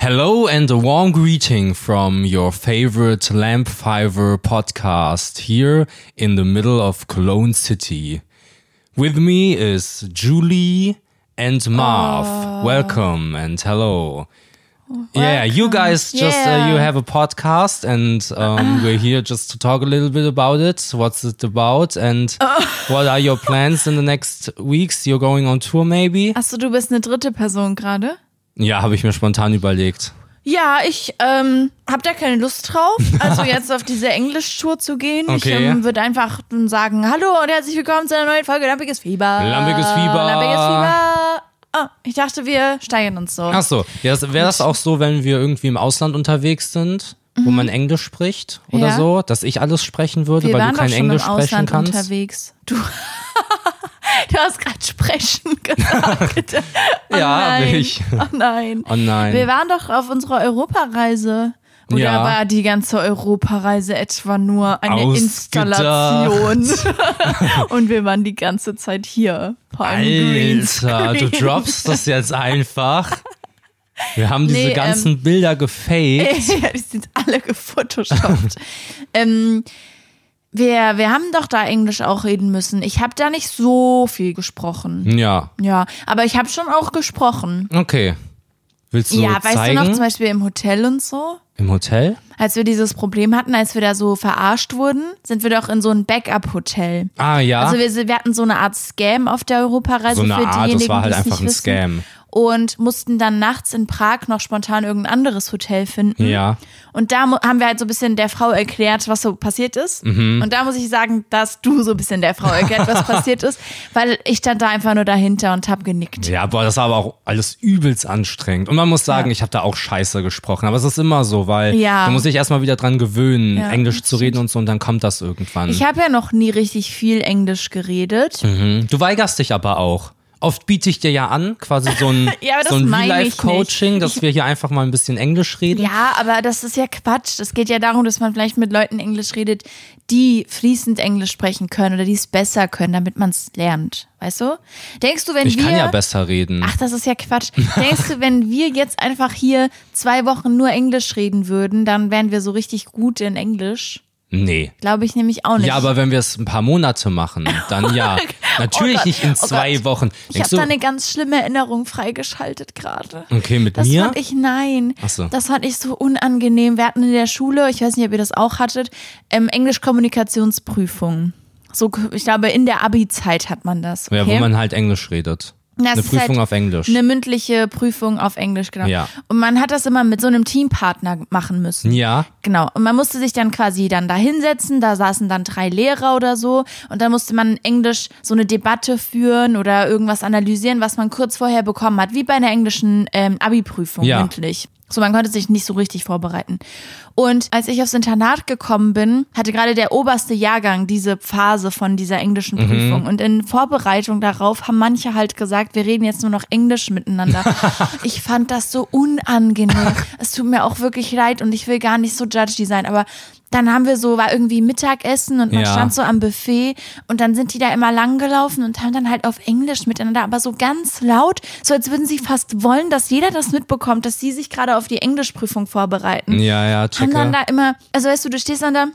Hello and a warm greeting from your favorite Lampfiver podcast here in the middle of Cologne City. With me is Julie and Marv. Welcome and hello. Yeah, you guys just uh, Yeah. you have a podcast and um, we're here just to talk a little bit about it. What's it about and what are your plans in the next weeks? You're going on tour maybe? Achso, du bist eine dritte Person gerade? Ja, habe ich mir spontan überlegt. Ja, ich ähm, habe da keine Lust drauf, also jetzt auf diese Englisch-Tour zu gehen. Ich Okay. ähm, würde einfach sagen, hallo und herzlich willkommen zu einer neuen Folge Lampiges Fieber. Lampiges Fieber. Lampiges Fieber. Ah, ich dachte, wir steigern uns so. Ach so, ja, wäre das auch so, wenn wir irgendwie im Ausland unterwegs sind, wo man Englisch spricht oder Mhm. Ja. so, dass ich alles sprechen würde, wir weil waren du doch kein schon Englisch im sprechen Ausland kannst? unterwegs. Du, du hast gerade sprechen gesagt. Oh Ja, nein. ich. Oh nein. Oh nein. Wir waren doch auf unserer Europareise. Oder Ja. war die ganze Europareise etwa nur eine Ausgedacht. Installation? Und wir waren die ganze Zeit hier. Vor allem Alter, du Greenscreen. droppst das jetzt einfach. Wir haben diese Nee, ähm, ganzen Bilder gefaked. ja, die sind alle gefotoshoppt. ähm, wir, wir haben doch da Englisch auch reden müssen. Ich habe da nicht so viel gesprochen. Ja, Ja, aber ich habe schon auch gesprochen. okay. Willst du ja, weißt zeigen? du noch, zum Beispiel im Hotel und so? Im Hotel? als wir dieses Problem hatten, als wir da so verarscht wurden, sind wir doch in so ein Backup-Hotel. Ah ja, Also wir, wir hatten so eine Art Scam auf der Europareise so eine für Art, diejenigen, das war halt die es einfach ein nicht wissen. Scam. Und mussten dann nachts in Prag noch spontan irgendein anderes Hotel finden. Ja. Und da mu- haben wir halt so ein bisschen der Frau erklärt, was so passiert ist. Mhm. Und da muss ich sagen, dass du so ein bisschen der Frau erklärt, was passiert ist, weil ich stand da einfach nur dahinter und hab genickt. Ja, boah, das war aber auch alles übelst anstrengend. Und man muss sagen, Ja. ich habe da auch scheiße gesprochen. Aber es ist immer so, weil Ja. da muss ich erstmal wieder dran gewöhnen, Ja, Englisch das zu reden und so, und dann kommt das irgendwann. Ich habe ja noch nie richtig viel Englisch geredet. Mhm. Du weigerst dich aber auch. Oft biete ich dir ja an, quasi so ein, Ja, aber das so ein meine ich Real-Life-Coaching, nicht. dass wir hier einfach mal ein bisschen Englisch reden. Ja, aber das ist ja Quatsch. Es geht ja darum, dass man vielleicht mit Leuten Englisch redet, die fließend Englisch sprechen können oder die es besser können, damit man es lernt. Weißt du? Denkst du, wenn ich wir. kann ja besser reden. Ach, das ist ja Quatsch. Denkst du, wenn wir jetzt einfach hier zwei Wochen nur Englisch reden würden, dann wären wir so richtig gut in Englisch? nee. Glaube ich nämlich auch nicht. Oh Ja, aber wenn wir es ein paar Monate machen, dann ja. Natürlich Gott. nicht in Oh zwei Gott. Wochen. Ich Denkst habe du? da eine ganz schlimme Erinnerung freigeschaltet gerade. Okay, mit Das mir? fand ich nein. Ach so. Das fand ich so unangenehm. Wir hatten in der Schule, ich weiß nicht, ob ihr das auch hattet, ähm, Englisch-Kommunikationsprüfung. So, ich glaube, in der Abi-Zeit hat man das. Okay? ja, wo man halt Englisch redet. Das Eine ist halt Prüfung auf Englisch. Eine mündliche Prüfung auf Englisch, genau. Ja. Und man hat das immer mit so einem Teampartner machen müssen. ja. Genau. Und man musste sich dann quasi dann da hinsetzen, da saßen dann drei Lehrer oder so und dann musste man in Englisch so eine Debatte führen oder irgendwas analysieren, was man kurz vorher bekommen hat, wie bei einer englischen ähm, Abi-Prüfung Ja. mündlich. So, man konnte sich nicht so richtig vorbereiten. Und als ich aufs Internat gekommen bin, hatte gerade der oberste Jahrgang diese Phase von dieser englischen Prüfung. Und in Vorbereitung darauf haben manche halt gesagt, wir reden jetzt nur noch Englisch miteinander. ich fand das so unangenehm. es tut mir auch wirklich leid und ich will gar nicht so judgy sein. Aber dann haben wir so, war irgendwie Mittagessen und man Ja. stand so am Buffet und dann sind die da immer lang gelaufen und haben dann halt auf Englisch miteinander, aber so ganz laut, so als würden sie fast wollen, dass jeder das mitbekommt, dass sie sich gerade auf die Englischprüfung vorbereiten. Ja, ja, Haben checke. dann da immer, also weißt du, du stehst dann da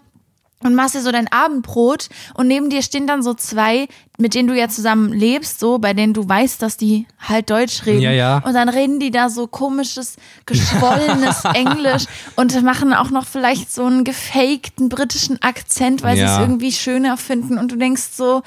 und machst dir so dein Abendbrot und neben dir stehen dann so zwei, mit denen du ja zusammen lebst, so, bei denen du weißt, dass die halt Deutsch reden. Ja, ja. Und dann reden die da so komisches, geschwollenes Englisch und machen auch noch vielleicht so einen gefakten britischen Akzent, weil sie Ja. es irgendwie schöner finden und du denkst so,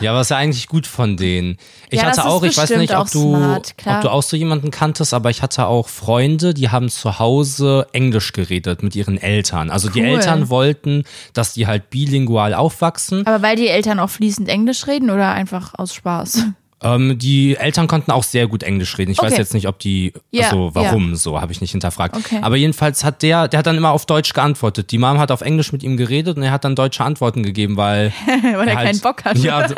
Ja, aber ist ja eigentlich gut von denen. Ich Ja, das hatte ist auch, ich weiß bestimmt nicht, ob auch du, smart, klar. ob du auch so jemanden kanntest, aber ich hatte auch Freunde, die haben zu Hause Englisch geredet mit ihren Eltern. Also die Cool. Eltern wollten, dass die halt bilingual aufwachsen. aber weil die Eltern auch fließend Englisch reden oder einfach aus Spaß? Ähm, die Eltern konnten auch sehr gut Englisch reden. Ich weiß Okay. jetzt nicht, ob die, Ja, also warum, so habe ich nicht hinterfragt. Okay. Aber jedenfalls hat der, der hat dann immer auf Deutsch geantwortet. Die Mom hat auf Englisch mit ihm geredet und er hat dann deutsche Antworten gegeben, weil weil er halt- keinen Bock hat. Ja, so-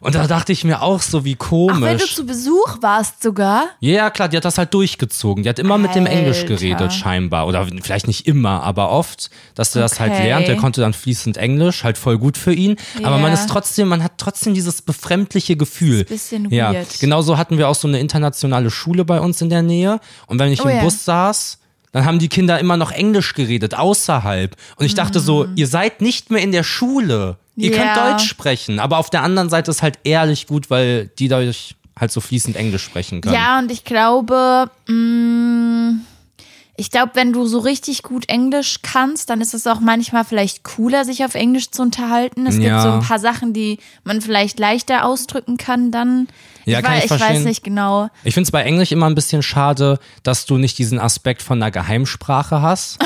Und da dachte ich mir auch so, wie Ach, wenn du komisch. zu Besuch warst sogar. Ja, ja, klar, die hat das halt durchgezogen. Die hat immer mit dem Englisch Alter. geredet, scheinbar. Oder vielleicht nicht immer, aber oft, dass der das halt Okay. lernt. Der konnte dann fließend Englisch, halt voll gut für ihn. Aber man Ja. ist trotzdem, man hat trotzdem dieses befremdliche Gefühl. bisschen ja. weird. Genauso hatten wir auch so eine internationale Schule bei uns in der Nähe. Und wenn ich Oh im ja. Bus saß, dann haben die Kinder immer noch Englisch geredet, außerhalb. Und ich dachte so, ihr seid nicht mehr in der Schule. Ihr könnt Mhm. Ja. Deutsch sprechen, aber auf der anderen Seite ist halt ehrlich gut, weil die dadurch halt so fließend Englisch sprechen können. Ja, und ich glaube, mh, ich glaube, wenn du so richtig gut Englisch kannst, dann ist es auch manchmal vielleicht cooler, sich auf Englisch zu unterhalten. Es Ja. gibt so ein paar Sachen, die man vielleicht leichter ausdrücken kann dann. Ja, ich kann wei- ich ich weiß verstehen. nicht genau. Ich finde es bei Englisch immer ein bisschen schade, dass du nicht diesen Aspekt von einer Geheimsprache hast.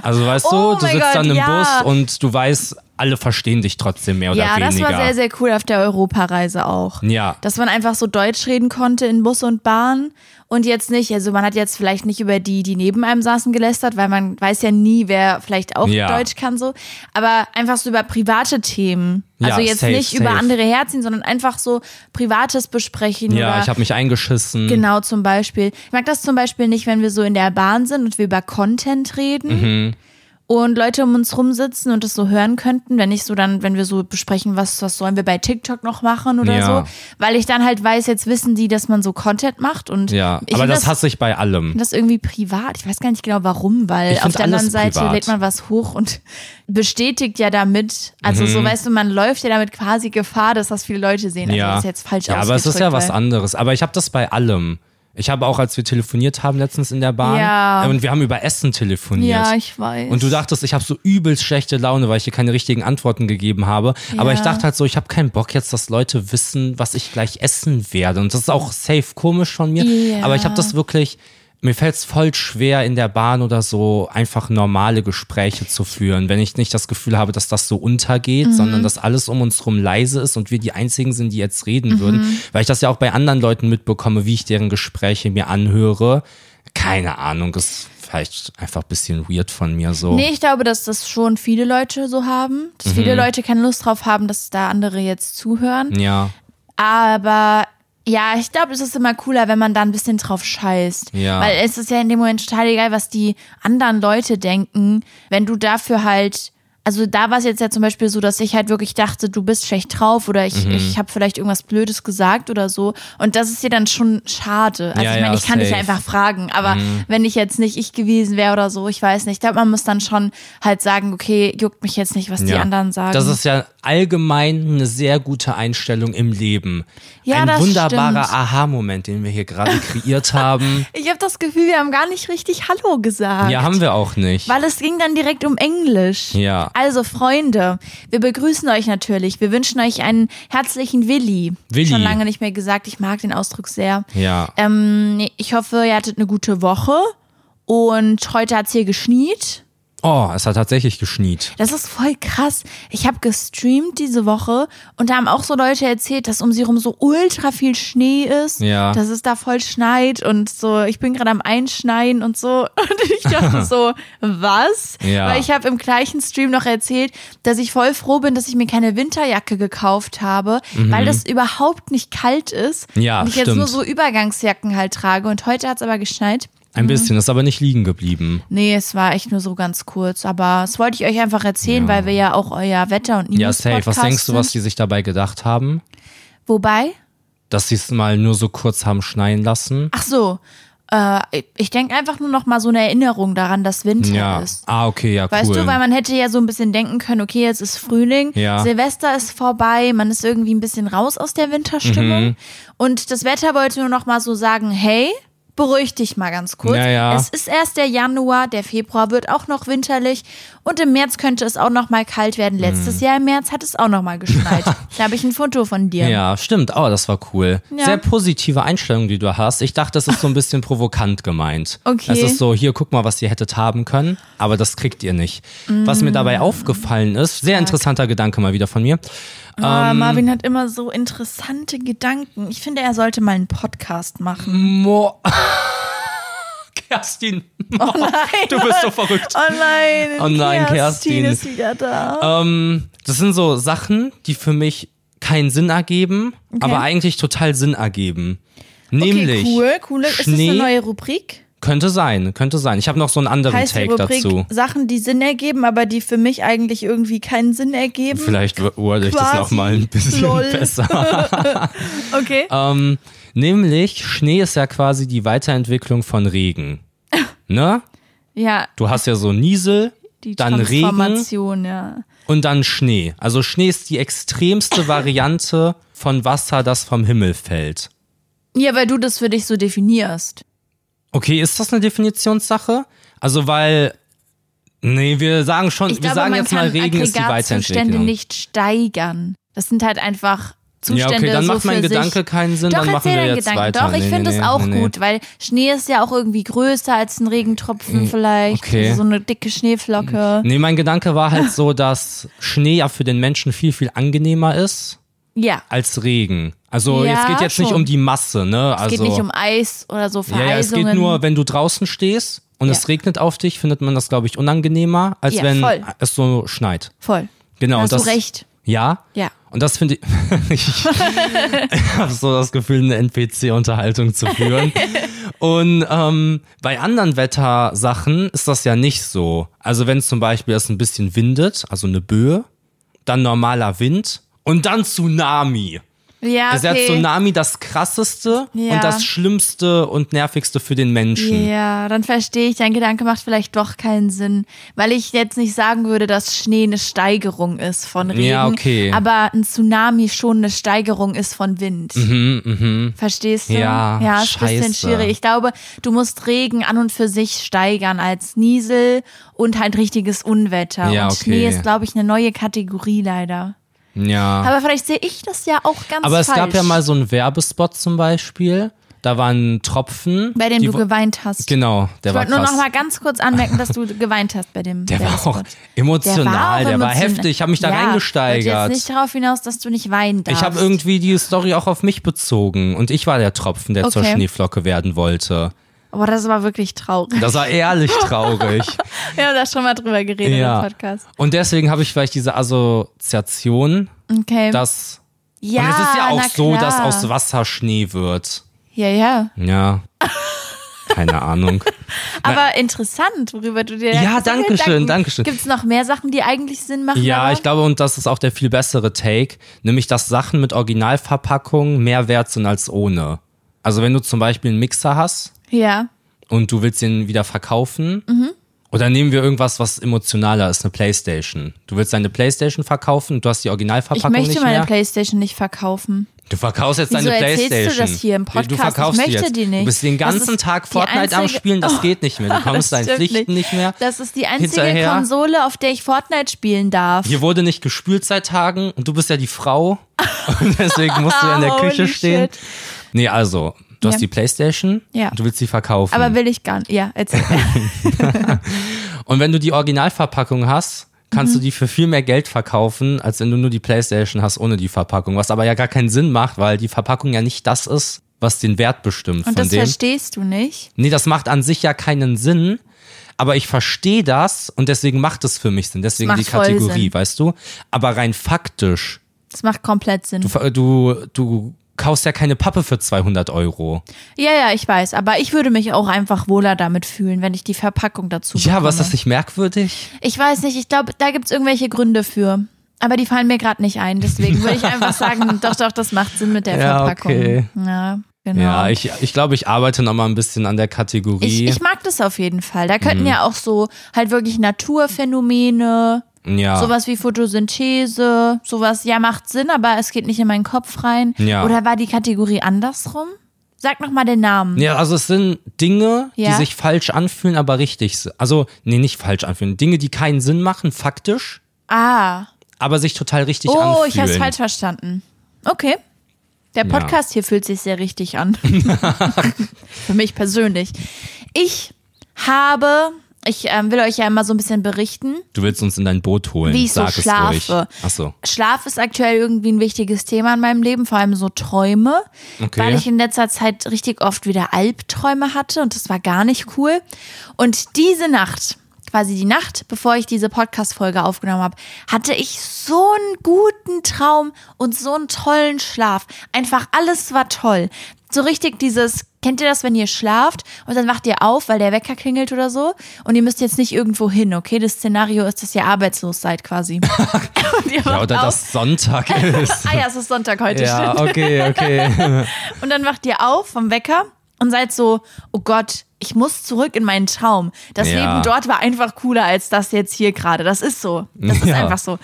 Also weißt Oh du, du mein sitzt Gott, dann im ja. Bus und du weißt, alle verstehen dich trotzdem mehr oder Ja, weniger. das war sehr, sehr cool auf der Europareise auch. Ja. Dass man einfach so Deutsch reden konnte in Bus und Bahn und jetzt nicht, also man hat jetzt vielleicht nicht über die, die neben einem saßen, gelästert, weil man weiß ja nie, wer vielleicht auch Ja. Deutsch kann so, aber einfach so über private Themen. Ja, Also jetzt safe, nicht über safe. andere herziehen, sondern einfach so Privates besprechen ja, oder ich habe mich eingeschissen. Genau, zum Beispiel. Ich mag das zum Beispiel nicht, wenn wir so in der Bahn sind und wir über Content reden Mhm. und Leute um uns rum sitzen und das so hören könnten, wenn ich so dann, wenn wir so besprechen, was, was sollen wir bei TikTok noch machen oder Ja. so. Weil ich dann halt weiß, jetzt wissen die, dass man so Content macht und Ja, ich aber find das, hasse ich bei allem. das irgendwie privat. Ich weiß gar nicht genau warum, weil Ich auf find der alles anderen Seite privat. lädt man was hoch und bestätigt ja damit. Also Mhm. so weißt du, man läuft ja damit quasi Gefahr, dass das viele Leute sehen. Also ja. das ist jetzt falsch ja, aber es ist ausgedrückt, ja was weil- anderes. Aber ich habe das bei allem. Ich habe auch, als wir telefoniert haben letztens in der Bahn, Ja. äh, und wir haben über Essen telefoniert. Ja, ich weiß. Und du dachtest, ich habe so übelst schlechte Laune, weil ich dir keine richtigen Antworten gegeben habe. Aber Ja. ich dachte halt so, ich habe keinen Bock jetzt, dass Leute wissen, was ich gleich essen werde. Und das ist auch safe komisch von mir. Ja. Aber ich habe das wirklich, mir fällt es voll schwer in der Bahn oder so, einfach normale Gespräche zu führen, wenn ich nicht das Gefühl habe, dass das so untergeht, Mhm. sondern dass alles um uns rum leise ist und wir die Einzigen sind, die jetzt reden Mhm. würden. Weil ich das ja auch bei anderen Leuten mitbekomme, wie ich deren Gespräche mir anhöre. Keine Ahnung, ist vielleicht einfach ein bisschen weird von mir so. Nee, ich glaube, dass das schon viele Leute so haben. Dass viele Leute keine Lust drauf haben, dass da andere jetzt zuhören. Ja, Aber ja, ich glaube, es ist immer cooler, wenn man da ein bisschen drauf scheißt. Ja. Weil es ist ja in dem Moment total egal, was die anderen Leute denken, wenn du dafür halt. Also da war es jetzt ja zum Beispiel so, dass ich halt wirklich dachte, du bist schlecht drauf oder ich, Mhm. ich habe vielleicht irgendwas Blödes gesagt oder so. Und das ist dir dann schon schade. Also Ja, ich ja, meine, ich kann dich ja safe. Mhm. einfach fragen, aber wenn ich jetzt nicht ich gewesen wäre oder so, ich weiß nicht. Ich glaube, man muss dann schon halt sagen, okay, juckt mich jetzt nicht, was die ja. anderen sagen. Das ist ja allgemein eine sehr gute Einstellung im Leben. Ja, Ein das wunderbarer stimmt. Aha-Moment, den wir hier gerade kreiert haben. ich habe das Gefühl, wir haben gar nicht richtig Hallo gesagt. Ja, haben wir auch nicht. Weil es ging dann direkt um Englisch. Ja. Also, Freunde, wir begrüßen euch natürlich. Wir wünschen euch einen herzlichen Willi. Willi. Schon lange nicht mehr gesagt. Ich mag den Ausdruck sehr. Ja. Ähm, nee, ich hoffe, ihr hattet eine gute Woche. Und heute hat's hier geschneit. Oh, es hat tatsächlich geschniet. Das ist voll krass. Ich habe gestreamt diese Woche und da haben auch so Leute erzählt, dass um sie rum so ultra viel Schnee ist, Ja. dass es da voll schneit und so, ich bin gerade am Einschneien und so. Und ich dachte so, was? Ja. Weil ich habe im gleichen Stream noch erzählt, dass ich voll froh bin, dass ich mir keine Winterjacke gekauft habe, weil das überhaupt nicht kalt ist. Mhm. Ja, und ich jetzt stimmt. nur so Übergangsjacken halt trage. Und heute hat's aber geschneit. Ein bisschen, ist aber nicht liegen geblieben. Nee, es war echt nur so ganz kurz, aber das wollte ich euch einfach erzählen, weil wir ja auch euer Wetter und News Ja, safe. Was Podcast denkst du, was sind. die sich dabei gedacht haben? Wobei? Dass sie es mal nur so kurz haben schneien lassen? Ach so. Äh, ich denke einfach nur noch mal so eine Erinnerung daran, dass Winter ja. ist. Ah, okay, ja, Weißt cool. du, weil man hätte ja so ein bisschen denken können, okay, jetzt ist Frühling, Ja. Silvester ist vorbei, man ist irgendwie ein bisschen raus aus der Winterstimmung Mhm. und das Wetter wollte nur noch mal so sagen, hey, beruhig dich mal ganz kurz. Ja, ja. Es ist erst der Januar, der Februar wird auch noch winterlich und im März könnte es auch noch mal kalt werden. Mhm. Letztes Jahr im März hat es auch noch mal geschneit. da habe ich ein Foto von dir. ja, stimmt. Oh, das war cool. Ja. Sehr positive Einstellung, die du hast. Ich dachte, das ist so ein bisschen provokant gemeint. Okay. Es ist so, hier, guck mal, was ihr hättet haben können, aber das kriegt ihr nicht. Was Mm. mir dabei aufgefallen ist, sehr interessanter Gedanke mal wieder von mir. Ah, ähm, Marvin hat immer so interessante Gedanken. Ich finde, er sollte mal einen Podcast machen. Mo Kerstin, Oh nein. du bist so verrückt. Oh nein, Oh nein, Kerstin. ist wieder da. Ähm, das sind so Sachen, die für mich keinen Sinn ergeben, aber eigentlich total Sinn ergeben. Nämlich Okay, cool, cool. Ist das eine Schnee- neue Rubrik? könnte sein, könnte sein. Ich habe noch so einen anderen Heißt die Also Take Rubrik dazu. Sachen, die Sinn ergeben, aber die für mich eigentlich irgendwie keinen Sinn ergeben? Vielleicht werde ich das Quasi. noch mal ein bisschen Lol. besser. Okay. Ähm, nämlich, Schnee ist ja quasi die Weiterentwicklung von Regen. ne? ja, Du hast ja so Niesel, die dann Regen Transformation, ja. und dann Schnee. Also Schnee ist die extremste Variante von Wasser, das vom Himmel fällt. Ja, weil du das für dich so definierst. Okay, ist das eine Definitionssache? Also weil, nee, wir sagen schon, Ich Also wir glaube, sagen man jetzt mal, kann Regen ist die Aggregatzustände Weiterentwicklung. nicht steigern. Das sind halt einfach ja, Zustände okay, dann so macht für mein sich. Gedanke keinen Sinn, Doch, dann machen erzähl wir deinen jetzt Gedanken. weiter. Doch, ich Nee, finde nee, es nee, auch nee. gut, weil Schnee ist ja auch irgendwie größer als ein Regentropfen vielleicht. Hm. okay. Hm. Also So eine dicke Schneeflocke. Nee, mein Gedanke war halt so, dass Schnee ja für den Menschen viel, viel angenehmer ist Ja. als Regen. Also Ja, jetzt geht jetzt nicht schon. um die Masse, ne? Es Also, geht nicht um Eis oder so ja, Vereisungen. ja, es geht nur, wenn du draußen stehst und Ja. es regnet auf dich, findet man das, glaube ich, unangenehmer, als Ja, wenn voll. es so schneit. Voll. Genau. Da und hast das, du recht. Ja. Ja. Und das finde ich, ich, ich habe so das Gefühl, eine NPC-Unterhaltung zu führen. Und ähm, bei anderen Wettersachen ist das ja nicht so. Also wenn zum Beispiel es ein bisschen windet, also eine Böe, dann normaler Wind und dann Tsunami. Ja, Also okay. okay. Tsunami das krasseste Ja. und das schlimmste und nervigste für den Menschen. Ja, dann verstehe ich, dein Gedanke macht vielleicht doch keinen Sinn, weil ich jetzt nicht sagen würde, dass Schnee eine Steigerung ist von Regen, Ja, okay. aber ein Tsunami schon eine Steigerung ist von Wind. Verstehst du? Mhm, Ja, ja ist ein scheiße. bisschen schwierig. Ich glaube, du musst Regen an und für sich steigern als Niesel und halt richtiges Unwetter. Ja, und okay. Schnee ist, glaube ich, eine neue Kategorie leider. Ja. Aber vielleicht sehe ich das ja auch ganz Aber es falsch, gab ja mal so einen Werbespot zum Beispiel. Da waren Tropfen. bei dem die du wo- geweint hast. Genau, der Ich war wollte nur krass. noch mal ganz kurz anmerken, dass du geweint hast bei dem. Der war Werbespot. auch emotional, der war emotional. heftig, ich hab mich da ja, Ich reingesteigert. jetzt nicht darauf hinaus, dass du nicht weinen darfst. Ich habe irgendwie die Story auch auf mich bezogen und ich war der Tropfen, der zur Okay. Schneeflocke werden wollte. Aber das war wirklich traurig. Das war ehrlich traurig. Wir haben da schon mal drüber geredet ja. im Podcast. Und deswegen habe ich vielleicht diese Assoziation, Okay. dass ja, und es ist ja na auch so, klar. dass aus Wasser Schnee wird. Ja, ja. Ja. Keine Ahnung. Aber interessant, worüber du dir Ja, so danke schön, Gedanken- danke schön. Gibt's noch mehr Sachen, die eigentlich Sinn machen? Ja, aber? ich glaube, und das ist auch der viel bessere Take, nämlich, dass Sachen mit Originalverpackung mehr wert sind als ohne. Also wenn du zum Beispiel einen Mixer hast Ja. und du willst ihn wieder verkaufen. Mhm. Oder nehmen wir irgendwas, was emotionaler ist, eine Playstation. Du willst deine Playstation verkaufen und du hast die Ich Originalverpackung möchte nicht meine mehr. Playstation nicht verkaufen. du verkaufst jetzt Wieso deine erzählst Playstation. du das hier im Podcast? Du Ich verkaufst die möchte jetzt. die nicht. Du bist den Das ganzen ist Tag die Fortnite am einzige- Spielen, das geht nicht mehr. Du kommst deinen stimmt Pflichten nicht mehr. Das ist die einzige Hinterher. Konsole, auf der ich Fortnite spielen darf. Hier wurde nicht gespült seit Tagen und du bist ja die Frau und deswegen musst du ja in der Holy Küche stehen. shit. Nee, also, du Ja. hast die Playstation Ja. und du willst sie verkaufen. Aber will ich gar nicht. Ja, erzähl. und wenn du die Originalverpackung hast, Mhm. kannst du die für viel mehr Geld verkaufen, als wenn du nur die Playstation hast ohne die Verpackung, was aber ja gar keinen Sinn macht, weil die Verpackung ja nicht das ist, was den Wert bestimmt Und von das dem. verstehst du nicht? Nee, das macht an sich ja keinen Sinn. Aber ich verstehe das und deswegen macht es für mich Sinn. Deswegen macht die voll Kategorie, Sinn. weißt du? Aber rein faktisch Das macht komplett Sinn. Du, du, du kaufst ja keine Pappe für 200 Euro. ja, ja, ich weiß. Aber ich würde mich auch einfach wohler damit fühlen, wenn ich die Verpackung dazu Ja, bekomme. was ist das nicht merkwürdig? Ich weiß nicht. Ich glaube, da gibt's irgendwelche Gründe für. Aber die fallen mir gerade nicht ein. Deswegen würde ich einfach sagen, doch, doch, das macht Sinn mit der Ja, Verpackung. okay. Ja, genau. Ja, ich, ich glaube, ich arbeite noch mal ein bisschen an der ich, Kategorie. ich mag das auf jeden Fall. Da Hm. könnten ja auch so halt wirklich Naturphänomene, ja. Sowas wie Photosynthese, sowas, ja, macht Sinn, aber es geht nicht in meinen Kopf rein. Ja. Oder war die Kategorie andersrum? Sag nochmal den Namen. ja, also es sind Dinge, die Ja. sich falsch anfühlen, aber richtig sind. Also, nee, nicht falsch anfühlen. Dinge, die keinen Sinn machen, faktisch, Ah. aber sich total richtig oh, anfühlen. ich hab's falsch verstanden. Okay. Der Podcast hier fühlt sich sehr richtig an. Für mich persönlich. Ich habe, ich ähm, will euch ja immer so ein bisschen berichten. Du willst uns in dein Boot holen, Wie ich so sag es schlafe. ruhig. Achso. Schlaf ist aktuell irgendwie ein wichtiges Thema in meinem Leben, vor allem so Träume, Okay. weil ich in letzter Zeit richtig oft wieder Albträume hatte und das war gar nicht cool. Und diese Nacht quasi die Nacht, bevor ich diese Podcast-Folge aufgenommen habe, hatte ich so einen guten Traum und so einen tollen Schlaf. Einfach alles war toll. So richtig dieses, kennt ihr das, wenn ihr schlaft und dann wacht ihr auf, weil der Wecker klingelt oder so und ihr müsst jetzt nicht irgendwo hin, okay? Das Szenario ist, dass ihr arbeitslos seid quasi. und ihr Ja, wacht oder auf. dass Sonntag ist. Ah ja, es ist Sonntag heute, stimmt. ja, okay, okay. Und dann wacht ihr auf vom Wecker und seid so, oh Gott, ich muss zurück in meinen Traum. Das Ja. Leben dort war einfach cooler als das jetzt hier gerade. Das ist so. Das ist Ja. einfach so.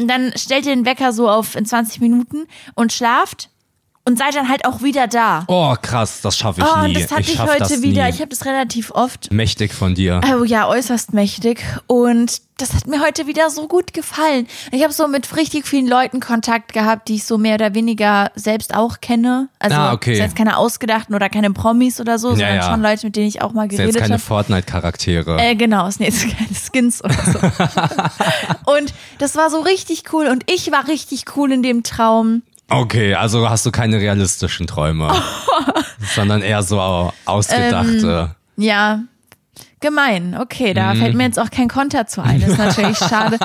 Und dann stellt ihr den Wecker so auf in 20 Minuten und schlaft und seid dann halt auch wieder da. Oh, krass, das schaffe ich Oh, nie. das hatte ich, schaff das heute wieder. Nie. Ich habe das relativ oft. Mächtig von dir. Oh ja, äußerst mächtig. Und das hat mir heute wieder so gut gefallen. Ich habe so mit richtig vielen Leuten Kontakt gehabt, die ich so mehr oder weniger selbst auch kenne. Also Ah, okay. das sind jetzt keine Ausgedachten oder keine Promis oder so, sondern ja. schon Leute, mit denen ich auch mal Das sind jetzt geredet keine habe. Fortnite-Charaktere. Äh, genau, es sind jetzt keine Skins oder so. und das war so richtig cool und ich war richtig cool in dem Traum. Okay, also hast du keine realistischen Träume, Oh. sondern eher so au- ausgedachte. Ja, gemein. Okay, da fällt mir jetzt auch kein Konter zu ein. Das ist natürlich schade.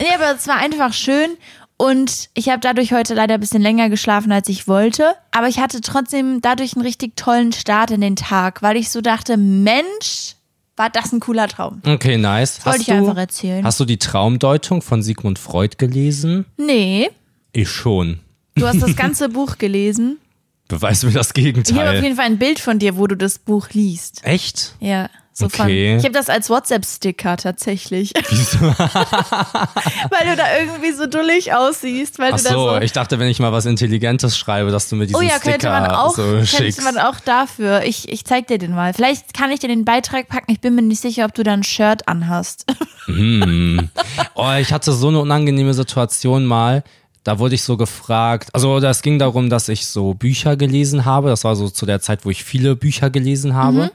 Nee, aber es war einfach schön. Und ich habe dadurch heute leider ein bisschen länger geschlafen, als ich wollte. Aber ich hatte trotzdem dadurch einen richtig tollen Start in den Tag, weil ich so dachte, Mensch, war das ein cooler Traum. okay, nice. Ähm, Wollte Hast ich du, einfach erzählen. Hast du die Traumdeutung von Sigmund Freud gelesen? Nee, Ich schon. du hast das ganze Buch gelesen. Beweis mir das Ich habe auf Gegenteil. jeden Fall ein Bild von dir, wo du das Buch liest. Echt? Ja, so Okay. von. Ich habe das als WhatsApp-Sticker tatsächlich. weil du da irgendwie so dullig aussiehst, weil Ach du da so, so. ich dachte, wenn ich mal was Intelligentes schreibe, dass du mir diesen Oh ja, Sticker könnte man auch, so könnte schickst. man auch dafür. Ich, ich zeig dir den mal. Vielleicht kann ich dir den Beitrag packen. Ich bin mir nicht sicher, ob du da ein Shirt anhast. Oh, ich hatte so eine unangenehme Situation mal. Da wurde ich so gefragt, also das ging darum, dass ich so Bücher gelesen habe. Das war so zu der Zeit, wo ich viele Bücher gelesen habe.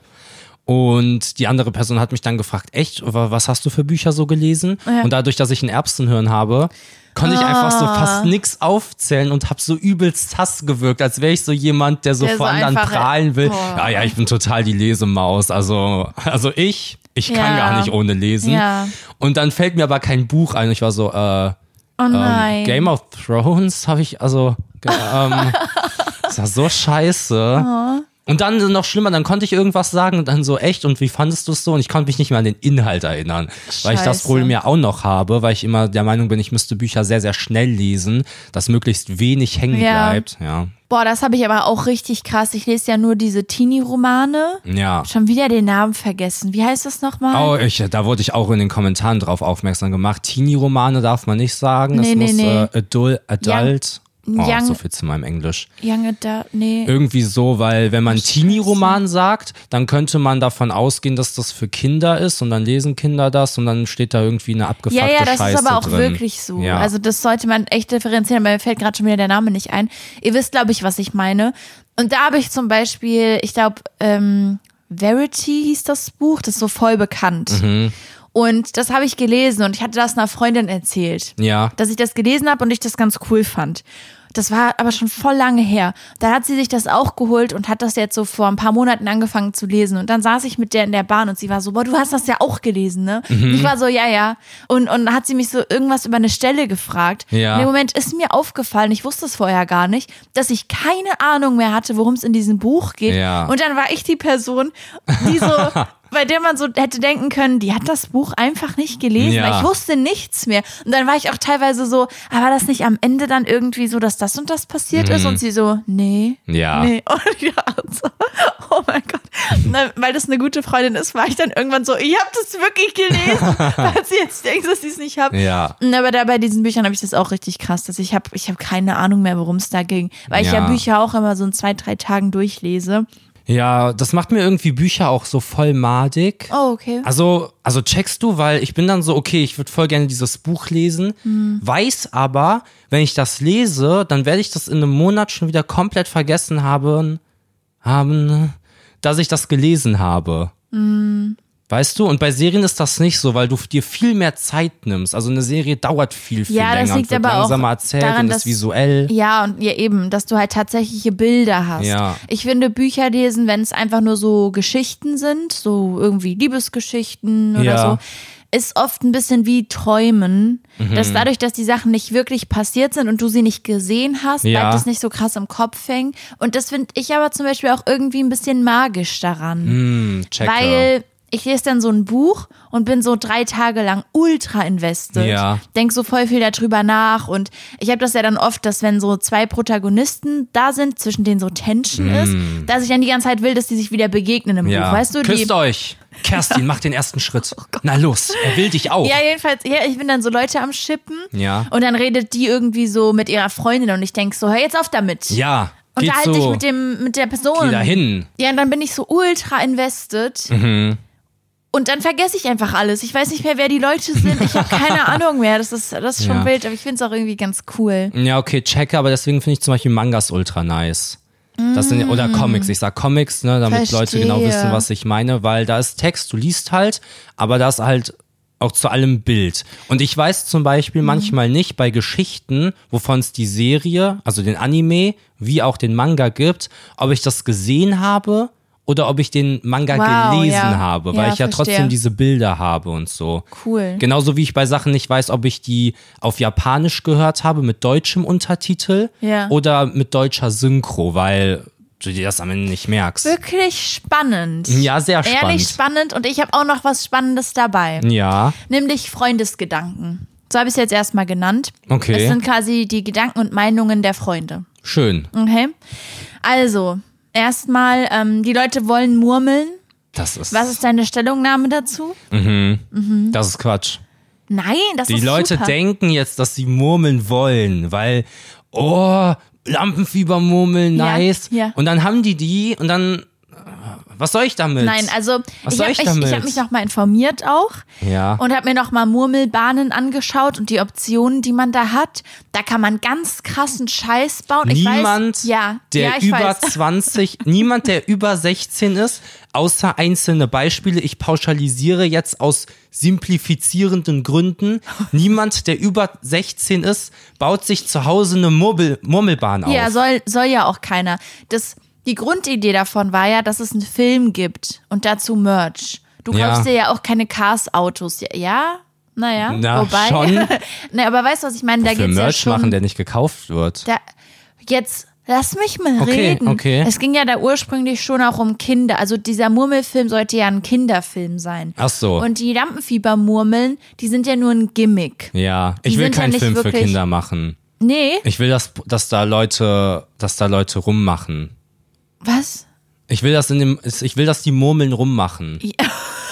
Und die andere Person hat mich dann gefragt, echt, wa- was hast du für Bücher so gelesen? Und dadurch, dass ich ein Erbsenhirn habe, konnte ich einfach so Ah. fast nix aufzählen und habe so übelst Hass gewirkt, als wäre ich so jemand, der so Der vor so anderen einfach- Oh. prahlen will. Boah. Ja, ja, ich bin total die Lesemaus. Also, also ich, ich kann Ja. gar nicht ohne lesen. Ja. Und dann fällt mir aber kein Buch ein. Ich war so, äh, Oh nein. ähm, Game of Thrones habe ich, also, ge- ähm, das war so scheiße. Oh. Und dann noch schlimmer, dann konnte ich irgendwas sagen und dann so, echt, und wie fandest du es so? Und ich konnte mich nicht mehr an den Inhalt erinnern, weil ich das Scheiße. Problem ja auch noch habe, weil ich immer der Meinung bin, ich müsste Bücher sehr, sehr schnell lesen, dass möglichst wenig hängen Ja. bleibt. Ja, Boah, das habe ich aber auch richtig krass. Ich lese ja nur diese Teenie-Romane. ja. Schon wieder den Namen vergessen. Wie heißt das nochmal? Oh, ich, da wurde ich auch in den Kommentaren drauf aufmerksam gemacht. Teenie-Romane darf man nicht sagen. Nee, es nee, muss nee. Äh, adult, adult. oh, young- so viel zu meinem Englisch. Young Adult. Nee. Irgendwie so, weil wenn man Teenie-Roman sagt, dann könnte man davon ausgehen, dass das für Kinder ist und dann lesen Kinder das und dann steht da irgendwie eine abgefuckte Ja, Scheiße ja, das ist aber auch drin. wirklich so. Ja. Also das sollte man echt differenzieren, aber mir fällt gerade schon wieder der Name nicht ein. Ihr wisst, glaube ich, was ich meine. Und da habe ich zum Beispiel, ich glaube, ähm, Verity hieß das Buch, das ist so voll bekannt. Mhm. Und das habe ich gelesen und ich hatte das einer Freundin erzählt ja. dass ich das gelesen habe und ich das ganz cool fand. Das war aber schon voll lange her. Dann hat sie sich das auch geholt und hat das jetzt so vor ein paar Monaten angefangen zu lesen. Und dann saß ich mit der in der Bahn und sie war so, boah, du hast das ja auch gelesen, ne? Mhm. Und ich war so, ja, ja. Und, und hat sie mich so irgendwas über eine Stelle gefragt. Ja. In dem Moment ist mir aufgefallen, ich wusste es vorher gar nicht, dass ich keine Ahnung mehr hatte, worum es in diesem Buch geht. Ja. Und dann war ich die Person, die so, bei der man so hätte denken können, die hat das Buch einfach nicht gelesen. Ja. weil Ich wusste wusste nichts mehr. Und dann war ich auch teilweise so, aber war das nicht am Ende dann irgendwie so, dass das und das passiert ist? Und sie so, nee. Mhm. Ja. Nee. Und ja, so, oh mein Gott. Und dann, weil das eine gute Freundin ist, war ich dann irgendwann so, ich habe das wirklich gelesen, weil sie jetzt denkt, dass ich es nicht habe. Ja. Und aber da bei diesen Büchern habe ich das auch richtig krass, dass ich habe ich hab keine Ahnung mehr, worum es da ging. Weil ich ja Ja. Bücher auch immer so in zwei, drei Tagen durchlese. ja, das macht mir irgendwie Bücher auch so voll madig. Oh, okay. Also, also checkst du, weil ich bin dann so, okay, ich würde voll gerne dieses Buch lesen, Mhm. weiß aber, wenn ich das lese, dann werde ich das in einem Monat schon wieder komplett vergessen haben, haben dass ich das gelesen habe. Mhm. Weißt du, und bei Serien ist das nicht so, weil du dir viel mehr Zeit nimmst. Also eine Serie dauert viel, viel Ja, das länger und liegt wird aber auch langsamer erzählt daran, und ist dass- visuell. Ja, und ja eben, dass du halt tatsächliche Bilder hast. Ja. Ich finde Bücher lesen, wenn es einfach nur so Geschichten sind, so irgendwie Liebesgeschichten oder Ja. so, ist oft ein bisschen wie Träumen, Mhm. dass dadurch, dass die Sachen nicht wirklich passiert sind und du sie nicht gesehen hast, Ja. bleibt es nicht so krass im Kopf hängen. Und das finde ich aber zum Beispiel auch irgendwie ein bisschen magisch daran. Hm, checker. Weil ich lese dann so ein Buch und bin so drei Tage lang ultra invested. Ja. Denk so voll viel darüber nach. Und ich habe das ja dann oft, dass wenn so zwei Protagonisten da sind, zwischen denen so Tension ist, dass ich dann die ganze Zeit will, dass die sich wieder begegnen im Hm. ja. Buch. Weißt du, die. Oh Küsst euch. Kerstin, mach den ersten Schritt. Na los, er will dich auch. Ja, jedenfalls, ja, ich bin dann so Leute am Schippen. Ja. Und dann redet die irgendwie so mit ihrer Freundin und ich denk so, hör jetzt auf damit. Ja, Und geht da halt so. dich mit dem, mit der Person. Geh dahin. Ja, und dann bin ich so ultra invested. Mhm. Und dann vergesse ich einfach alles. Ich weiß nicht mehr, wer die Leute sind. Ich habe keine Ahnung mehr. Das ist, das ist schon Ja. wild, aber ich finde es auch irgendwie ganz cool. Ja, okay, checke, aber deswegen finde ich zum Beispiel Mangas ultra nice. Das sind, oder Comics, ich sag Comics, ne, damit Leute Mm. Verstehe. genau wissen, was ich meine, weil da ist Text, du liest halt, aber da ist halt auch zu allem Bild. Und ich weiß zum Beispiel Mm. manchmal nicht bei Geschichten, wovon es die Serie, also den Anime, wie auch den Manga gibt, ob ich das gesehen habe oder ob ich den Manga Wow, gelesen ja. habe, weil Ja, ich ja verstehe. trotzdem diese Bilder habe und so. Cool. Genauso wie ich bei Sachen nicht weiß, ob ich die auf Japanisch gehört habe mit deutschem Untertitel Ja. oder mit deutscher Synchro, weil du dir das am Ende nicht merkst. Wirklich spannend. Ja, sehr spannend. Mhm. Ehrlich spannend und ich habe auch noch was Spannendes dabei. Ja, Nämlich Freundesgedanken. So habe ich es jetzt erstmal genannt. Okay. Es sind quasi die Gedanken und Meinungen der Freunde. schön. Okay? Also, erstmal, ähm, die Leute wollen murmeln. Das ist, Was ist deine Stellungnahme dazu? das ist Quatsch. Nein, das Die ist Leute super. denken jetzt, dass sie murmeln wollen, weil, oh, Lampenfieber murmeln, Ja, nice. ja. Und dann haben die die und dann, äh, was soll ich damit? Nein, also Was ich soll habe ich ich ich, damit? hab mich nochmal informiert auch Ja. und habe mir nochmal Murmelbahnen angeschaut und die Optionen, die man da hat. Da kann man ganz krassen Scheiß bauen. niemand, ich weiß, ja, der ja, ich über weiß. 20, niemand, der über 16 ist, außer einzelne Beispiele. Ich pauschalisiere jetzt aus simplifizierenden Gründen. Niemand, der über 16 ist, baut sich zu Hause eine Murmel Murmelbahn auf. Ja, soll, soll ja auch keiner. Das, die Grundidee davon war ja, dass es einen Film gibt und dazu Merch. Du Ja. kaufst dir ja auch keine Cars-Autos. Ja, ja? Naja, Na, wobei. schon. ne, aber weißt du, was ich meine? Da Für geht's ja Merch schon machen, der nicht gekauft wird. da, jetzt lass mich mal Okay, reden. okay. Es ging ja da ursprünglich schon auch um Kinder. Also dieser Murmelfilm sollte ja ein Kinderfilm sein. Ach so. Und die Lampenfiebermurmeln, die sind ja nur ein Gimmick. ja, ich Die will sind ja keinen nicht Film für wirklich- Kinder machen. Nee, Ich will, dass, dass da Leute, dass da Leute rummachen. was? Ich will, dass in dem, ich will, dass die Murmeln rummachen. Ja.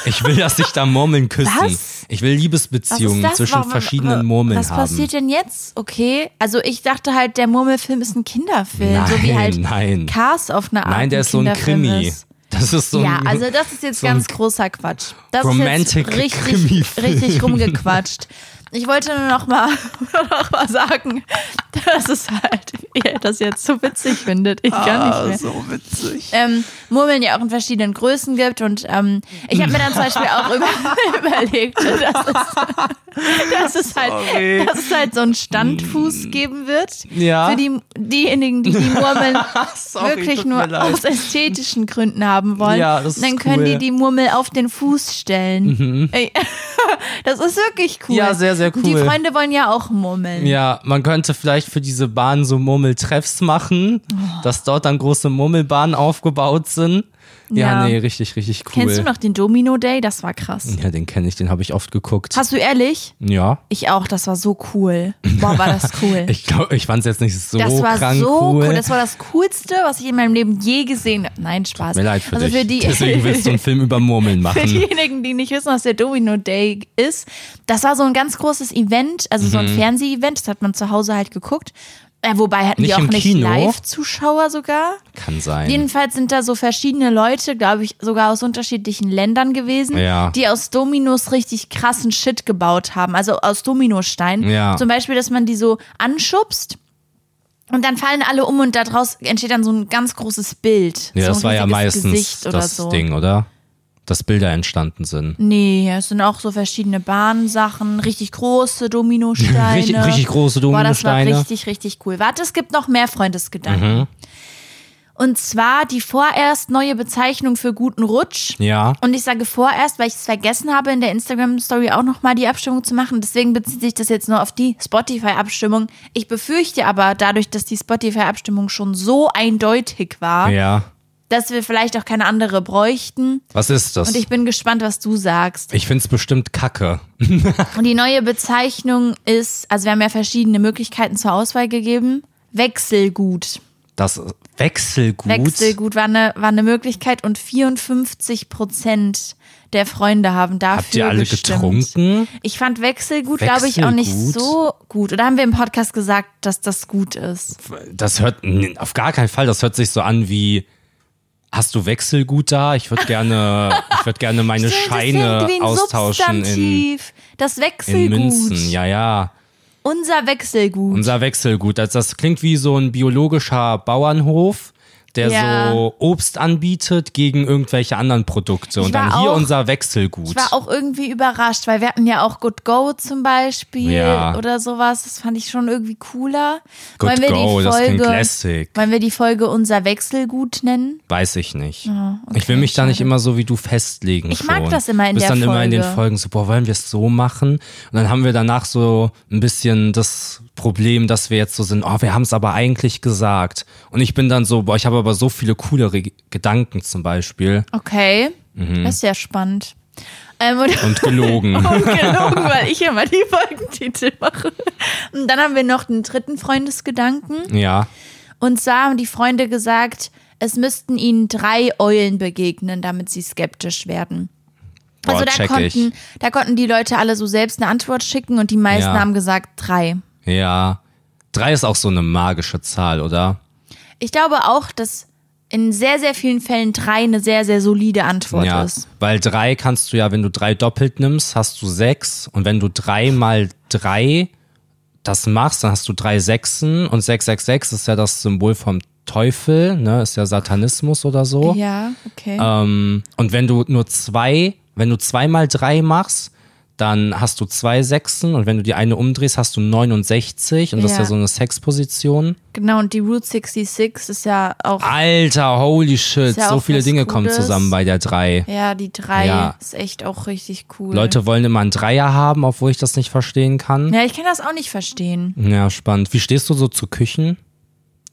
Ich will, dass sich da Murmeln küssen. Was? Ich will Was Liebesbeziehungen ist das? zwischen Warum- verschiedenen wa- Murmeln Was haben. passiert denn jetzt? Okay, also ich dachte halt, der Murmelfilm ist ein Kinderfilm, so wie Nein, halt nein. Cars auf eine Art. Nein, der ist so ein Kinderfilm Krimi. Ist. Das ist so ein. Ja, also das ist jetzt so ein ganz großer Quatsch. Das Romantic ist jetzt richtig, Krimi-Film. richtig rumgequatscht. Ich wollte nur noch mal, noch mal sagen, dass es halt, ihr das jetzt so witzig findet. Ich kann nicht mehr. Ah, so witzig. Ähm, Murmeln ja auch in verschiedenen Größen gibt und ähm, ich habe mir dann zum Beispiel auch über, überlegt, dass es, dass, es Sorry. halt, dass es halt so einen Standfuß geben wird Hm. Ja. für die, diejenigen, die die Murmeln Sorry, wirklich tut mir nur leid. aus ästhetischen Gründen haben wollen, Ja, das ist dann können cool. Mhm. die die Murmel auf den Fuß stellen. Ey, das ist wirklich cool. Ja, sehr, sehr Die cool. Freunde wollen ja auch murmeln. Ja, man könnte vielleicht für diese Bahn so Murmeltreffs machen, Oh. dass dort dann große Murmelbahnen aufgebaut sind. Ja, Ja. nee, richtig, richtig cool. Kennst du noch den Domino Day? Das war krass. Ja, den kenne ich, den habe ich oft geguckt. Hast du ehrlich? ja. Ich auch, das war so cool. Boah, war das cool. Ich glaube, ich fand es jetzt nicht so das war krank so cool. cool. Das war das Coolste, was ich in meinem Leben je gesehen habe. Nein, Spaß. Mir leid für also dich. für die Deswegen willst du einen Film über Murmeln Für machen. diejenigen, die nicht wissen, was der Domino Day ist, das war so ein ganz großes Event, also so ein Mhm. Fernseh-Event, das hat man zu Hause halt geguckt. Äh, wobei hatten Nicht die auch im nicht Kino? Live-Zuschauer sogar. Kann sein. Jedenfalls sind da so verschiedene Leute, glaube ich, sogar aus unterschiedlichen Ländern gewesen, Ja. die aus Dominos richtig krassen Shit gebaut haben. Also aus Dominosteinen. Ja. Zum Beispiel, dass man die so anschubst und dann fallen alle um und daraus entsteht dann so ein ganz großes Bild. Ja, so das ein war ja riesiges meistens Gesicht oder das so. Ding, oder? Dass Bilder entstanden sind. Nee, es sind auch so verschiedene Bahnsachen, richtig große Dominosteine. Richtig- richtig große Boah, das war Dominosteine. Mhm. richtig, richtig cool. Warte, es gibt noch mehr Freundesgedanken. Und zwar die vorerst neue Bezeichnung für guten Rutsch. Ja. Und ich sage vorerst, weil ich es vergessen habe, in der Instagram-Story auch nochmal die Abstimmung zu machen. Deswegen bezieht sich das jetzt nur auf die Spotify-Abstimmung. Ich befürchte aber dadurch, dass die Spotify-Abstimmung schon so eindeutig war, Ja. dass wir vielleicht auch keine andere bräuchten. Was ist das? Und ich bin gespannt, was du sagst. ich find's bestimmt kacke. Und die neue Bezeichnung ist, also wir haben ja verschiedene Möglichkeiten zur Auswahl gegeben. Wechselgut. Das Wechselgut. Wechselgut war eine, war eine Möglichkeit und 54 Pront der Freunde haben dafür Habt ihr alle gestimmt. getrunken? Ich fand Wechselgut, glaube ich, auch nicht Wechselgut? so gut. Oder haben wir im Podcast gesagt, dass das gut ist? Das hört n- auf gar keinen Fall. Das hört sich so an wie. Hast du Wechselgut da? Ich würde gerne, ich würde gerne meine Scheine das klingt wie ein austauschen in, Substantiv. das in Wechselgut. Münzen. Ja, ja. Unser Wechselgut. Unser Wechselgut. Das, das klingt wie so ein biologischer Bauernhof, der Ja. so Obst anbietet gegen irgendwelche anderen Produkte. Und war dann hier auch- unser Wechselgut. ich war auch irgendwie überrascht, weil wir hatten ja auch Good Go zum Beispiel Ja. oder sowas. Das fand ich schon irgendwie cooler. Good wollen wir Go, die das klingt Folge, lässig. Wollen wir die Folge unser Wechselgut nennen? Weiß ich nicht. ich will mich da nicht immer so wie du festlegen. Ah, Ich schon. mag das immer in Bist der dann immer in den Folge. Folgen so, boah, wollen wir es so machen? Und dann haben wir danach so ein bisschen das Problem, dass wir jetzt so sind, oh, wir haben es aber eigentlich gesagt. Und ich bin dann so, boah, ich habe aber so viele coolere Ge- Gedanken zum Beispiel Okay, Mhm. das ist ja spannend. Ähm, und und gelogen. und gelogen, weil ich immer die Folgentitel mache. Und dann haben wir noch den dritten Freundesgedanken. ja. Und zwar haben die Freunde gesagt, es müssten ihnen drei Eulen begegnen, damit sie skeptisch werden. Boah, also da check konnten, da konnten die Leute alle so selbst eine Antwort schicken und die meisten Ja. haben gesagt drei. ich. Ja. Drei ist auch so eine magische Zahl, oder? Ich glaube auch, dass in sehr, sehr vielen Fällen drei eine sehr, sehr solide Antwort ja. ist. Weil drei kannst du ja, wenn du drei doppelt nimmst, hast du sechs. Und wenn du drei mal drei das machst, dann hast du drei Sechsen. Und 666 ist ja das Symbol vom Teufel, ne? Ist ja Satanismus oder so. Ja, okay. Ähm, und wenn du nur zwei, wenn du zweimal drei machst, dann hast du zwei Sechsen und wenn du die eine umdrehst, hast du 69 und das ist Ja. ja so eine Sexposition. Genau, und die Route 66 ist ja auch Ah. Alter, holy shit, Ist ja so auch viele was Dinge kommen Gutes. zusammen bei der drei. Ja, die drei Ja. ist echt auch richtig cool. Leute wollen immer einen Dreier haben, obwohl ich das nicht verstehen kann. Ja, ich kann das auch nicht verstehen. Ja, spannend. Wie stehst du so zu Küchen?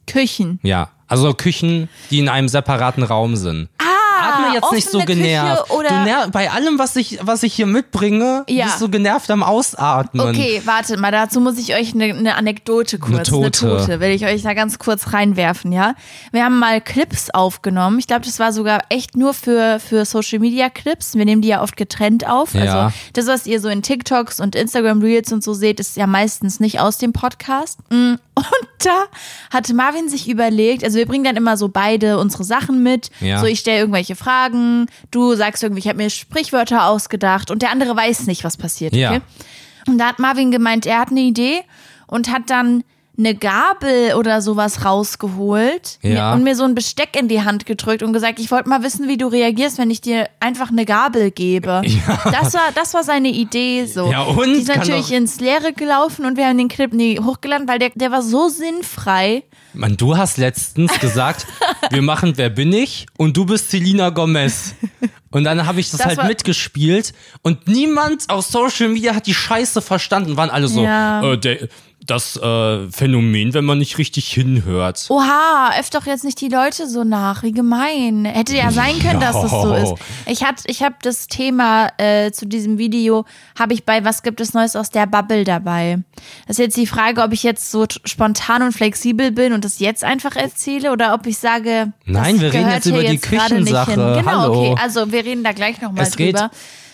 Küchen. Ja. Also Küchen, die in einem separaten Raum sind. Ah, Hat mir jetzt nicht so offene Küche genervt. oder- du ner bei allem, was ich, was ich hier mitbringe, Ja. bist du genervt am Ausatmen. Okay, wartet mal, dazu muss ich euch eine eine Anekdote kurz, Eine Tote. will ich euch da ganz kurz reinwerfen, ja. Wir haben mal Clips aufgenommen. Ich glaube, das war sogar echt nur für, für Social Media Clips. Wir nehmen die ja oft getrennt auf. Ja. Also das, was ihr so in TikToks und Instagram Reels und so seht, ist ja meistens nicht aus dem Podcast. Mm, Und da hatte Marvin sich überlegt, also wir bringen dann immer so beide unsere Sachen mit. Ja. So ich stelle irgendwelche Fragen, du sagst irgendwie, ich habe mir Sprichwörter ausgedacht und der andere weiß nicht, was passiert. Ja. Okay? Und da hat Marvin gemeint, er hat eine Idee und hat dann eine Gabel oder sowas rausgeholt Ja. und mir so ein Besteck in die Hand gedrückt und gesagt, ich wollte mal wissen, wie du reagierst, wenn ich dir einfach eine Gabel gebe. Das war das war seine Idee so. Ja, und? die ist Kann natürlich doch- ins Leere gelaufen und wir haben den Clip nie hochgeladen, weil der der war so sinnfrei. Mann, du hast letztens gesagt, wir machen Wer bin ich und du bist Selina Gomez. Und dann habe ich das, Das halt war- mitgespielt und niemand auf Social Media hat die Scheiße verstanden. Waren alle so, Ja. äh, der, das äh, Phänomen, wenn man nicht richtig hinhört. Oh, Oha, öff doch jetzt nicht die Leute so nach, wie gemein. Hätte ja sein können, dass es so ist. Ich hat, ich habe das Thema äh, zu diesem Video, habe ich bei Was gibt es Neues aus der Bubble dabei. Das ist jetzt die Frage, ob ich jetzt so t- spontan und flexibel bin und das jetzt einfach erzähle oder ob ich sage, Nein, das wir reden gehört jetzt hier über die jetzt gerade Küchensache. Nicht hin. Genau, Hallo. okay, also wir reden da gleich nochmal Es geht, drüber. Ähm,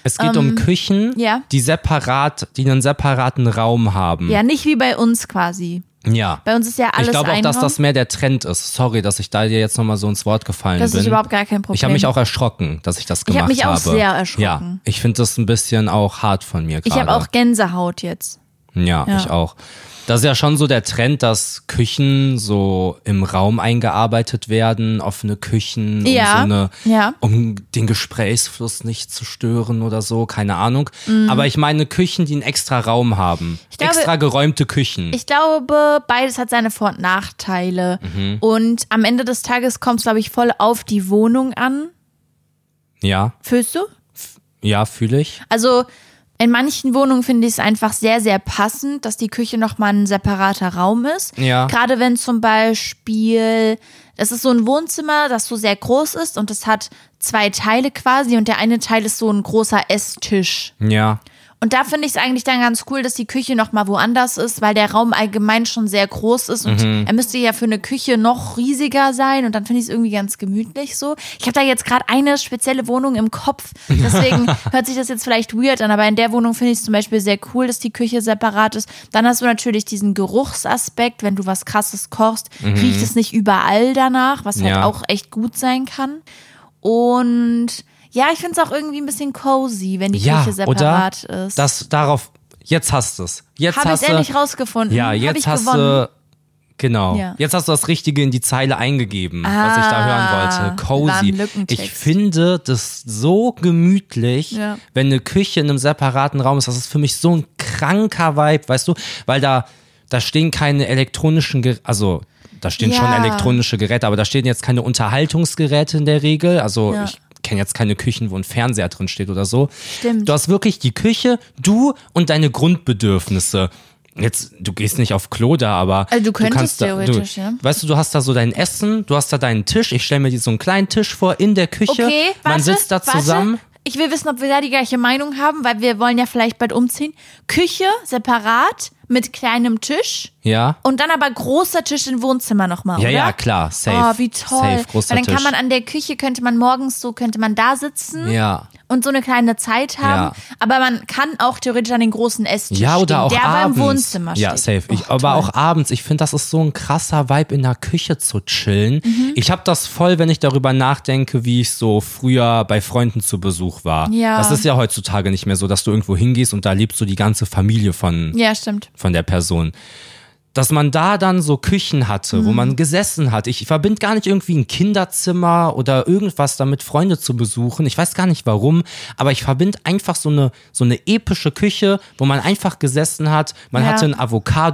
es geht um Küchen, ja. die separat, die einen separaten Raum haben. Ja, nicht wie bei uns quasi. Ja. Bei uns ist ja alles ich glaube auch, ein dass Raum. das mehr der Trend ist. Sorry, dass ich da dir jetzt nochmal so ins Wort gefallen Das bin. ist überhaupt gar kein Problem. Ich habe mich auch erschrocken, dass ich das Ich gemacht hab habe. mich auch sehr erschrocken. Ja, ich finde das ein bisschen auch hart von mir Ich gerade. habe auch Gänsehaut jetzt. Ja, Ja. ich auch. Das ist ja schon so der Trend, dass Küchen so im Raum eingearbeitet werden, offene Küchen, um Ja, so eine, ja. um den Gesprächsfluss nicht zu stören oder so, keine Ahnung. Aber ich meine Küchen, die einen extra Raum haben. Mhm. glaube- extra geräumte Küchen. Ich glaube, beides hat seine Vor- und Nachteile. Und am Ende des Tages kommt es, glaube ich, voll auf die Wohnung an. ja, Fühlst du? ja, fühle ich. Also in manchen Wohnungen finde ich es einfach sehr, sehr passend, dass die Küche nochmal ein separater Raum ist. Ja. Gerade wenn zum Beispiel, es ist so ein Wohnzimmer, das so sehr groß ist und es hat zwei Teile quasi und der eine Teil ist so ein großer Esstisch. Ja, Und da finde ich es eigentlich dann ganz cool, dass die Küche nochmal woanders ist, weil der Raum allgemein schon sehr groß ist und Mhm. er müsste ja für eine Küche noch riesiger sein und dann finde ich es irgendwie ganz gemütlich so. Ich habe da jetzt gerade eine spezielle Wohnung im Kopf, deswegen hört sich das jetzt vielleicht weird an, aber in der Wohnung finde ich es zum Beispiel sehr cool, dass die Küche separat ist. Dann hast du natürlich diesen Geruchsaspekt, wenn du was Krasses kochst, riecht es nicht überall danach, was halt Mhm. Ja. auch echt gut sein kann. Und ja, ich finde es auch irgendwie ein bisschen cozy, wenn die ja, Küche oder? separat ist. Das darauf, jetzt hast du's. Jetzt Habe ich hast du. endlich rausgefunden. Ja, Hab jetzt ich hast gewonnen. du. Genau. Ja. Jetzt hast du das Richtige in die Zeile eingegeben, was ich da hören wollte. war ein Cozy. Lückentext. Ich finde das so gemütlich, Ja. wenn eine Küche in einem separaten Raum ist. Das ist für mich so ein kranker Vibe, weißt du? Weil da, da stehen keine elektronischen, Ger also da stehen schon Ja. elektronische Geräte, aber da stehen jetzt keine Unterhaltungsgeräte in der Regel. Also Ja. ich kenne jetzt keine Küchen, wo ein Fernseher drin steht oder so. Stimmt. Du hast wirklich die Küche, du und deine Grundbedürfnisse. Jetzt, du gehst nicht auf Klo da, aber. Also du könntest kannst da, theoretisch, du, ja. Weißt du, du hast da so dein Essen, du hast da deinen Tisch. Ich stelle mir dir so einen kleinen Tisch vor in der Küche. Okay, warte, Man sitzt da warte. zusammen. Ich will wissen, ob wir da die gleiche Meinung haben, weil wir wollen ja vielleicht bald umziehen. Küche separat mit kleinem Tisch Ja. und dann aber großer Tisch im Wohnzimmer nochmal, Ja, Oh, oder? ja, klar. Safe. Oh, wie toll. Safe, großer weil dann kann Tisch. man an der Küche, könnte man morgens so, könnte man da sitzen ja. und so eine kleine Zeit haben. Aber man kann auch theoretisch an den großen Esstisch Ja, stehen, oder auch der abends. beim Wohnzimmer ja, steht. Oh, safe. Ich, aber toll. auch abends. Ich finde, das ist so ein krasser Vibe, in der Küche zu chillen. Mhm. Ich habe das voll, wenn ich darüber nachdenke, wie ich so früher bei Freunden zu Besuch war. Ja. Das ist ja heutzutage nicht mehr so, dass du irgendwo hingehst und da lebst du die ganze Familie von, Ja, stimmt. von der Person. Dass man da dann so Küchen hatte, Mhm. wo man gesessen hat. Ich verbinde gar nicht irgendwie ein Kinderzimmer oder irgendwas damit, Freunde zu besuchen. Ich weiß gar nicht warum, aber ich verbinde einfach so eine, so eine epische Küche, wo man einfach gesessen hat. Man Ja. hatte einen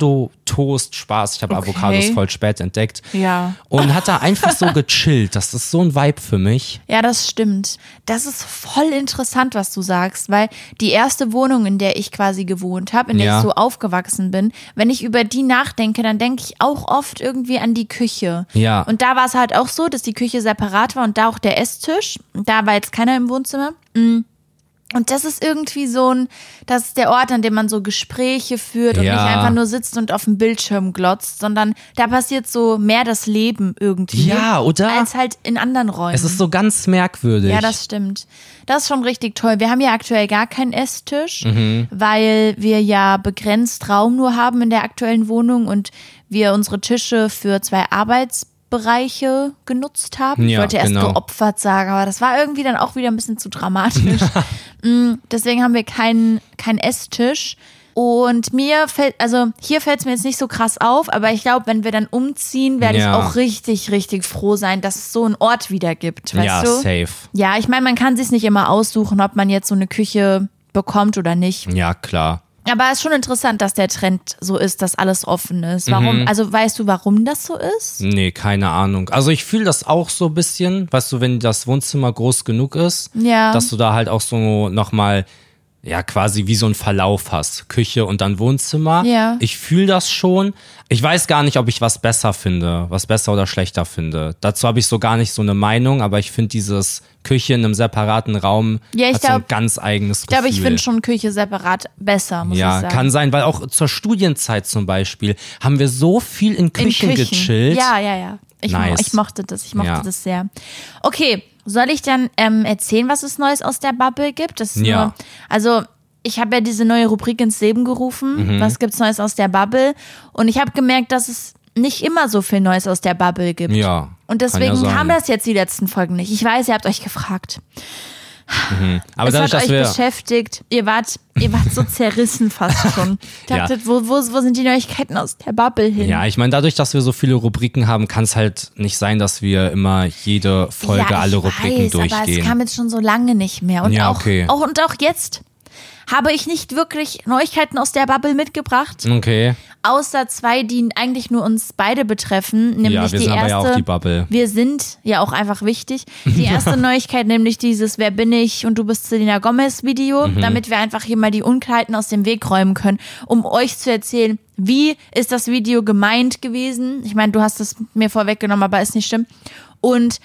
Avocado-Toast, Spaß. Ich habe Okay. Avocados voll spät entdeckt. Ja. Und hat da einfach so gechillt. Das ist so ein Vibe für mich. Ja, das stimmt. Das ist voll interessant, was du sagst, weil die erste Wohnung, in der ich quasi gewohnt habe, in der Ja. ich so aufgewachsen bin, wenn ich über die nachdenke, dann denke ich auch oft irgendwie an die Küche. Ja. Und da war es halt auch so, dass die Küche separat war und da auch der Esstisch. Da war jetzt keiner im Wohnzimmer. Mm. Und das ist irgendwie so ein, das ist der Ort, an dem man so Gespräche führt und Ja. nicht einfach nur sitzt und auf dem Bildschirm glotzt, sondern da passiert so mehr das Leben irgendwie. Ja, oder? Als halt in anderen Räumen. Es ist so ganz merkwürdig. Ja, das stimmt. Das ist schon richtig toll. Wir haben ja aktuell gar keinen Esstisch, Mhm. weil wir ja begrenzt Raum nur haben in der aktuellen Wohnung und wir unsere Tische für zwei Arbeitsbereiche genutzt haben. ich Ja, wollte erst genau. geopfert sagen, aber das war irgendwie dann auch wieder ein bisschen zu dramatisch. Mm, Deswegen haben wir keinen keinen Esstisch. Und mir fällt, also hier fällt es mir jetzt nicht so krass auf, aber ich glaube, wenn wir dann umziehen, werde Ja. ich auch richtig, richtig froh sein, dass es so einen Ort wieder gibt. Weißt ja du? safe. Ja, ich meine, man kann sich nicht immer aussuchen, ob man jetzt so eine Küche bekommt oder nicht. Ja, klar. Aber es ist schon interessant, dass der Trend so ist, dass alles offen ist. Mhm. Warum? Also weißt du, warum das so ist? Nee, keine Ahnung. Also ich fühle das auch so ein bisschen, weißt du, wenn das Wohnzimmer groß genug ist, Ja. dass du da halt auch so nochmal, ja, quasi wie so einen Verlauf hast. Küche und dann Wohnzimmer. Ja. Ich fühle das schon. Ich weiß gar nicht, ob ich was besser finde, was besser oder schlechter finde. Dazu habe ich so gar nicht so eine Meinung, aber ich finde dieses Küche in einem separaten Raum Ja, ich hat so ein glaub- ganz eigenes Ich glaube, Gefühl. ich finde schon Küche separat besser, muss ich Ja, sagen. kann sein, weil auch zur Studienzeit zum Beispiel haben wir so viel in In Küchen, gechillt. Ja, ja, ja. Ich, mo- Nice. ich mochte das, ich mochte Ja. das sehr. Okay, soll ich dann ähm, erzählen, was es Neues aus der Bubble gibt? Das ist Ja. nur, also ich habe ja diese neue Rubrik ins Leben gerufen. Mhm. Was gibt's Neues aus der Bubble? Und ich habe gemerkt, dass es nicht immer so viel Neues aus der Bubble gibt. Ja, Und kann ja deswegen sein. kam das jetzt die letzten Folgen nicht. Ich weiß, ihr habt euch gefragt. Aber es dadurch, hat euch dass wir. beschäftigt. Ihr wart, ihr wart so zerrissen fast schon. Ja. Dachtet, wo, wo, wo sind die Neuigkeiten aus der Bubble hin? Ja, ich meine, dadurch, dass wir so viele Rubriken haben, kann es halt nicht sein, dass wir immer jede Folge ja, ich alle Rubriken weiß, durchgehen. Aber es kam jetzt schon so lange nicht mehr. Und Ja, auch, okay. auch und auch jetzt habe ich nicht wirklich Neuigkeiten aus der Bubble Hm. mitgebracht, Okay. außer zwei, die eigentlich nur uns beide betreffen, nämlich Ja, wir die sind aber erste. ja auch die Bubble. wir sind ja auch einfach wichtig. Die erste Neuigkeit, nämlich dieses Wer bin ich und du bist Selena Gomez Video, damit wir einfach hier mal die Unklarheiten aus dem Weg räumen können, um euch zu erzählen, wie ist das Video gemeint gewesen? Ich meine, du hast es mir vorweggenommen, aber ist nicht schlimm. Und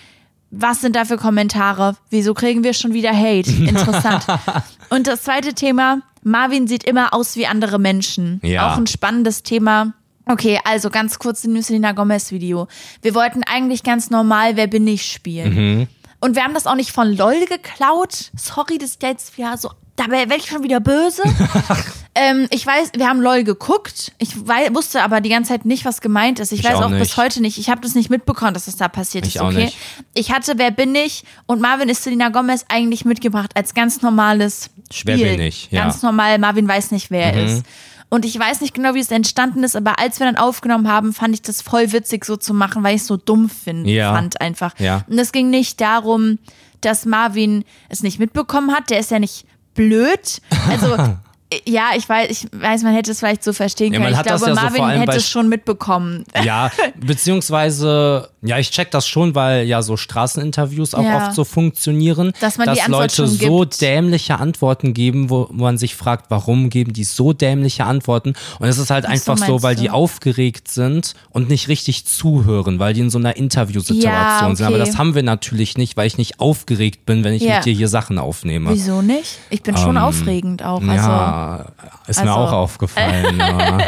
was sind da für Kommentare? Wieso kriegen wir schon wieder Hate? Interessant. Und das zweite Thema, Marvin sieht immer aus wie andere Menschen. Ja. Auch ein spannendes Thema. Okay, also ganz kurz zu dem Selena Gomez Video. Wir wollten eigentlich ganz normal Wer bin ich spielen. Mhm. Und wir haben das auch nicht von LOL geklaut. Sorry, das ist jetzt wieder so, da wär- werd ich schon wieder böse. ähm, ich weiß, wir haben LOL geguckt. Ich wei- wusste aber die ganze Zeit nicht, was gemeint ist. Ich, weiß auch auch bis nicht. heute nicht. Ich habe das nicht mitbekommen, dass das da passiert Ich ist. auch Okay. nicht. Ich hatte Wer bin ich und Marvin ist Selena Gomez eigentlich mitgebracht als ganz normales Spiel. Wer bin ich, ja. Mhm. Ganz normal, Marvin weiß nicht, wer er ist. Und ich weiß nicht genau, wie es entstanden ist, aber als wir dann aufgenommen haben, fand ich das voll witzig, so zu machen, weil ich es so dumm find, Ja. fand einfach. Ja. Und es ging nicht darum, dass Marvin es nicht mitbekommen hat. Der ist ja nicht blöd. Also ja, ich weiß, ich weiß, man hätte es vielleicht so verstehen Ja, können. man Ich hat das ja glaube, so Marvin vor allem hätte bei es schon mitbekommen. Ja, beziehungsweise, ja, ich check das schon, weil ja so Straßeninterviews auch Ja. oft so funktionieren, Dass man die Antwort Leute schon so gibt. dämliche Antworten geben, wo man sich fragt, warum geben die so dämliche Antworten? Und es ist halt so, einfach so, meinst weil du? die aufgeregt sind und nicht richtig zuhören, weil die in so einer Interviewsituation Ja, sind. Aber okay. das haben wir natürlich nicht, weil ich nicht aufgeregt bin, wenn ich Ja. mit dir hier Sachen aufnehme. Ähm, Wieso nicht? Ich bin schon aufregend auch. Also, ja, ist mir also- auch aufgefallen. ja.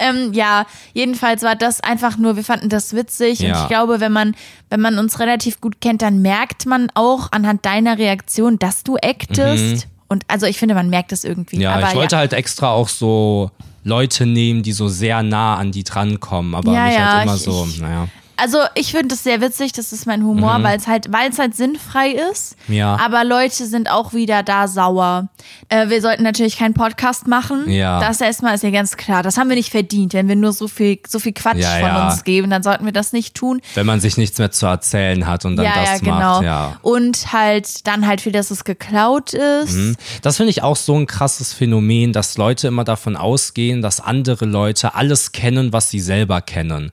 ähm, ja, jedenfalls war das einfach nur, wir fanden das witzig und Ja. ich glaube, wenn man, wenn man uns relativ gut kennt, dann merkt man auch anhand deiner Reaktion, dass du actest. Und also ich finde, man merkt es irgendwie. Mhm. Ja, aber ich wollte ja. halt extra auch so Leute nehmen, die so sehr nah an die drankommen, aber Ja, nicht ja, halt immer ich- so, ich- naja. Also ich finde das sehr witzig, das ist mein Humor, weil es halt, weil es halt sinnfrei ist. Mhm. Ja. Aber Leute sind auch wieder da sauer. Äh, wir sollten natürlich keinen Podcast machen. Ja. Das erstmal ist ja ganz klar. Das haben wir nicht verdient, wenn wir nur so viel, so viel Quatsch Ja, von ja. uns geben, dann sollten wir das nicht tun. Wenn man sich nichts mehr zu erzählen hat und dann ja, ja, das genau. macht, ja. Und halt dann halt viel, dass es geklaut ist. Mhm. Hm? Das finde ich auch so ein krasses Phänomen, dass Leute immer davon ausgehen, dass andere Leute alles kennen, was sie selber kennen.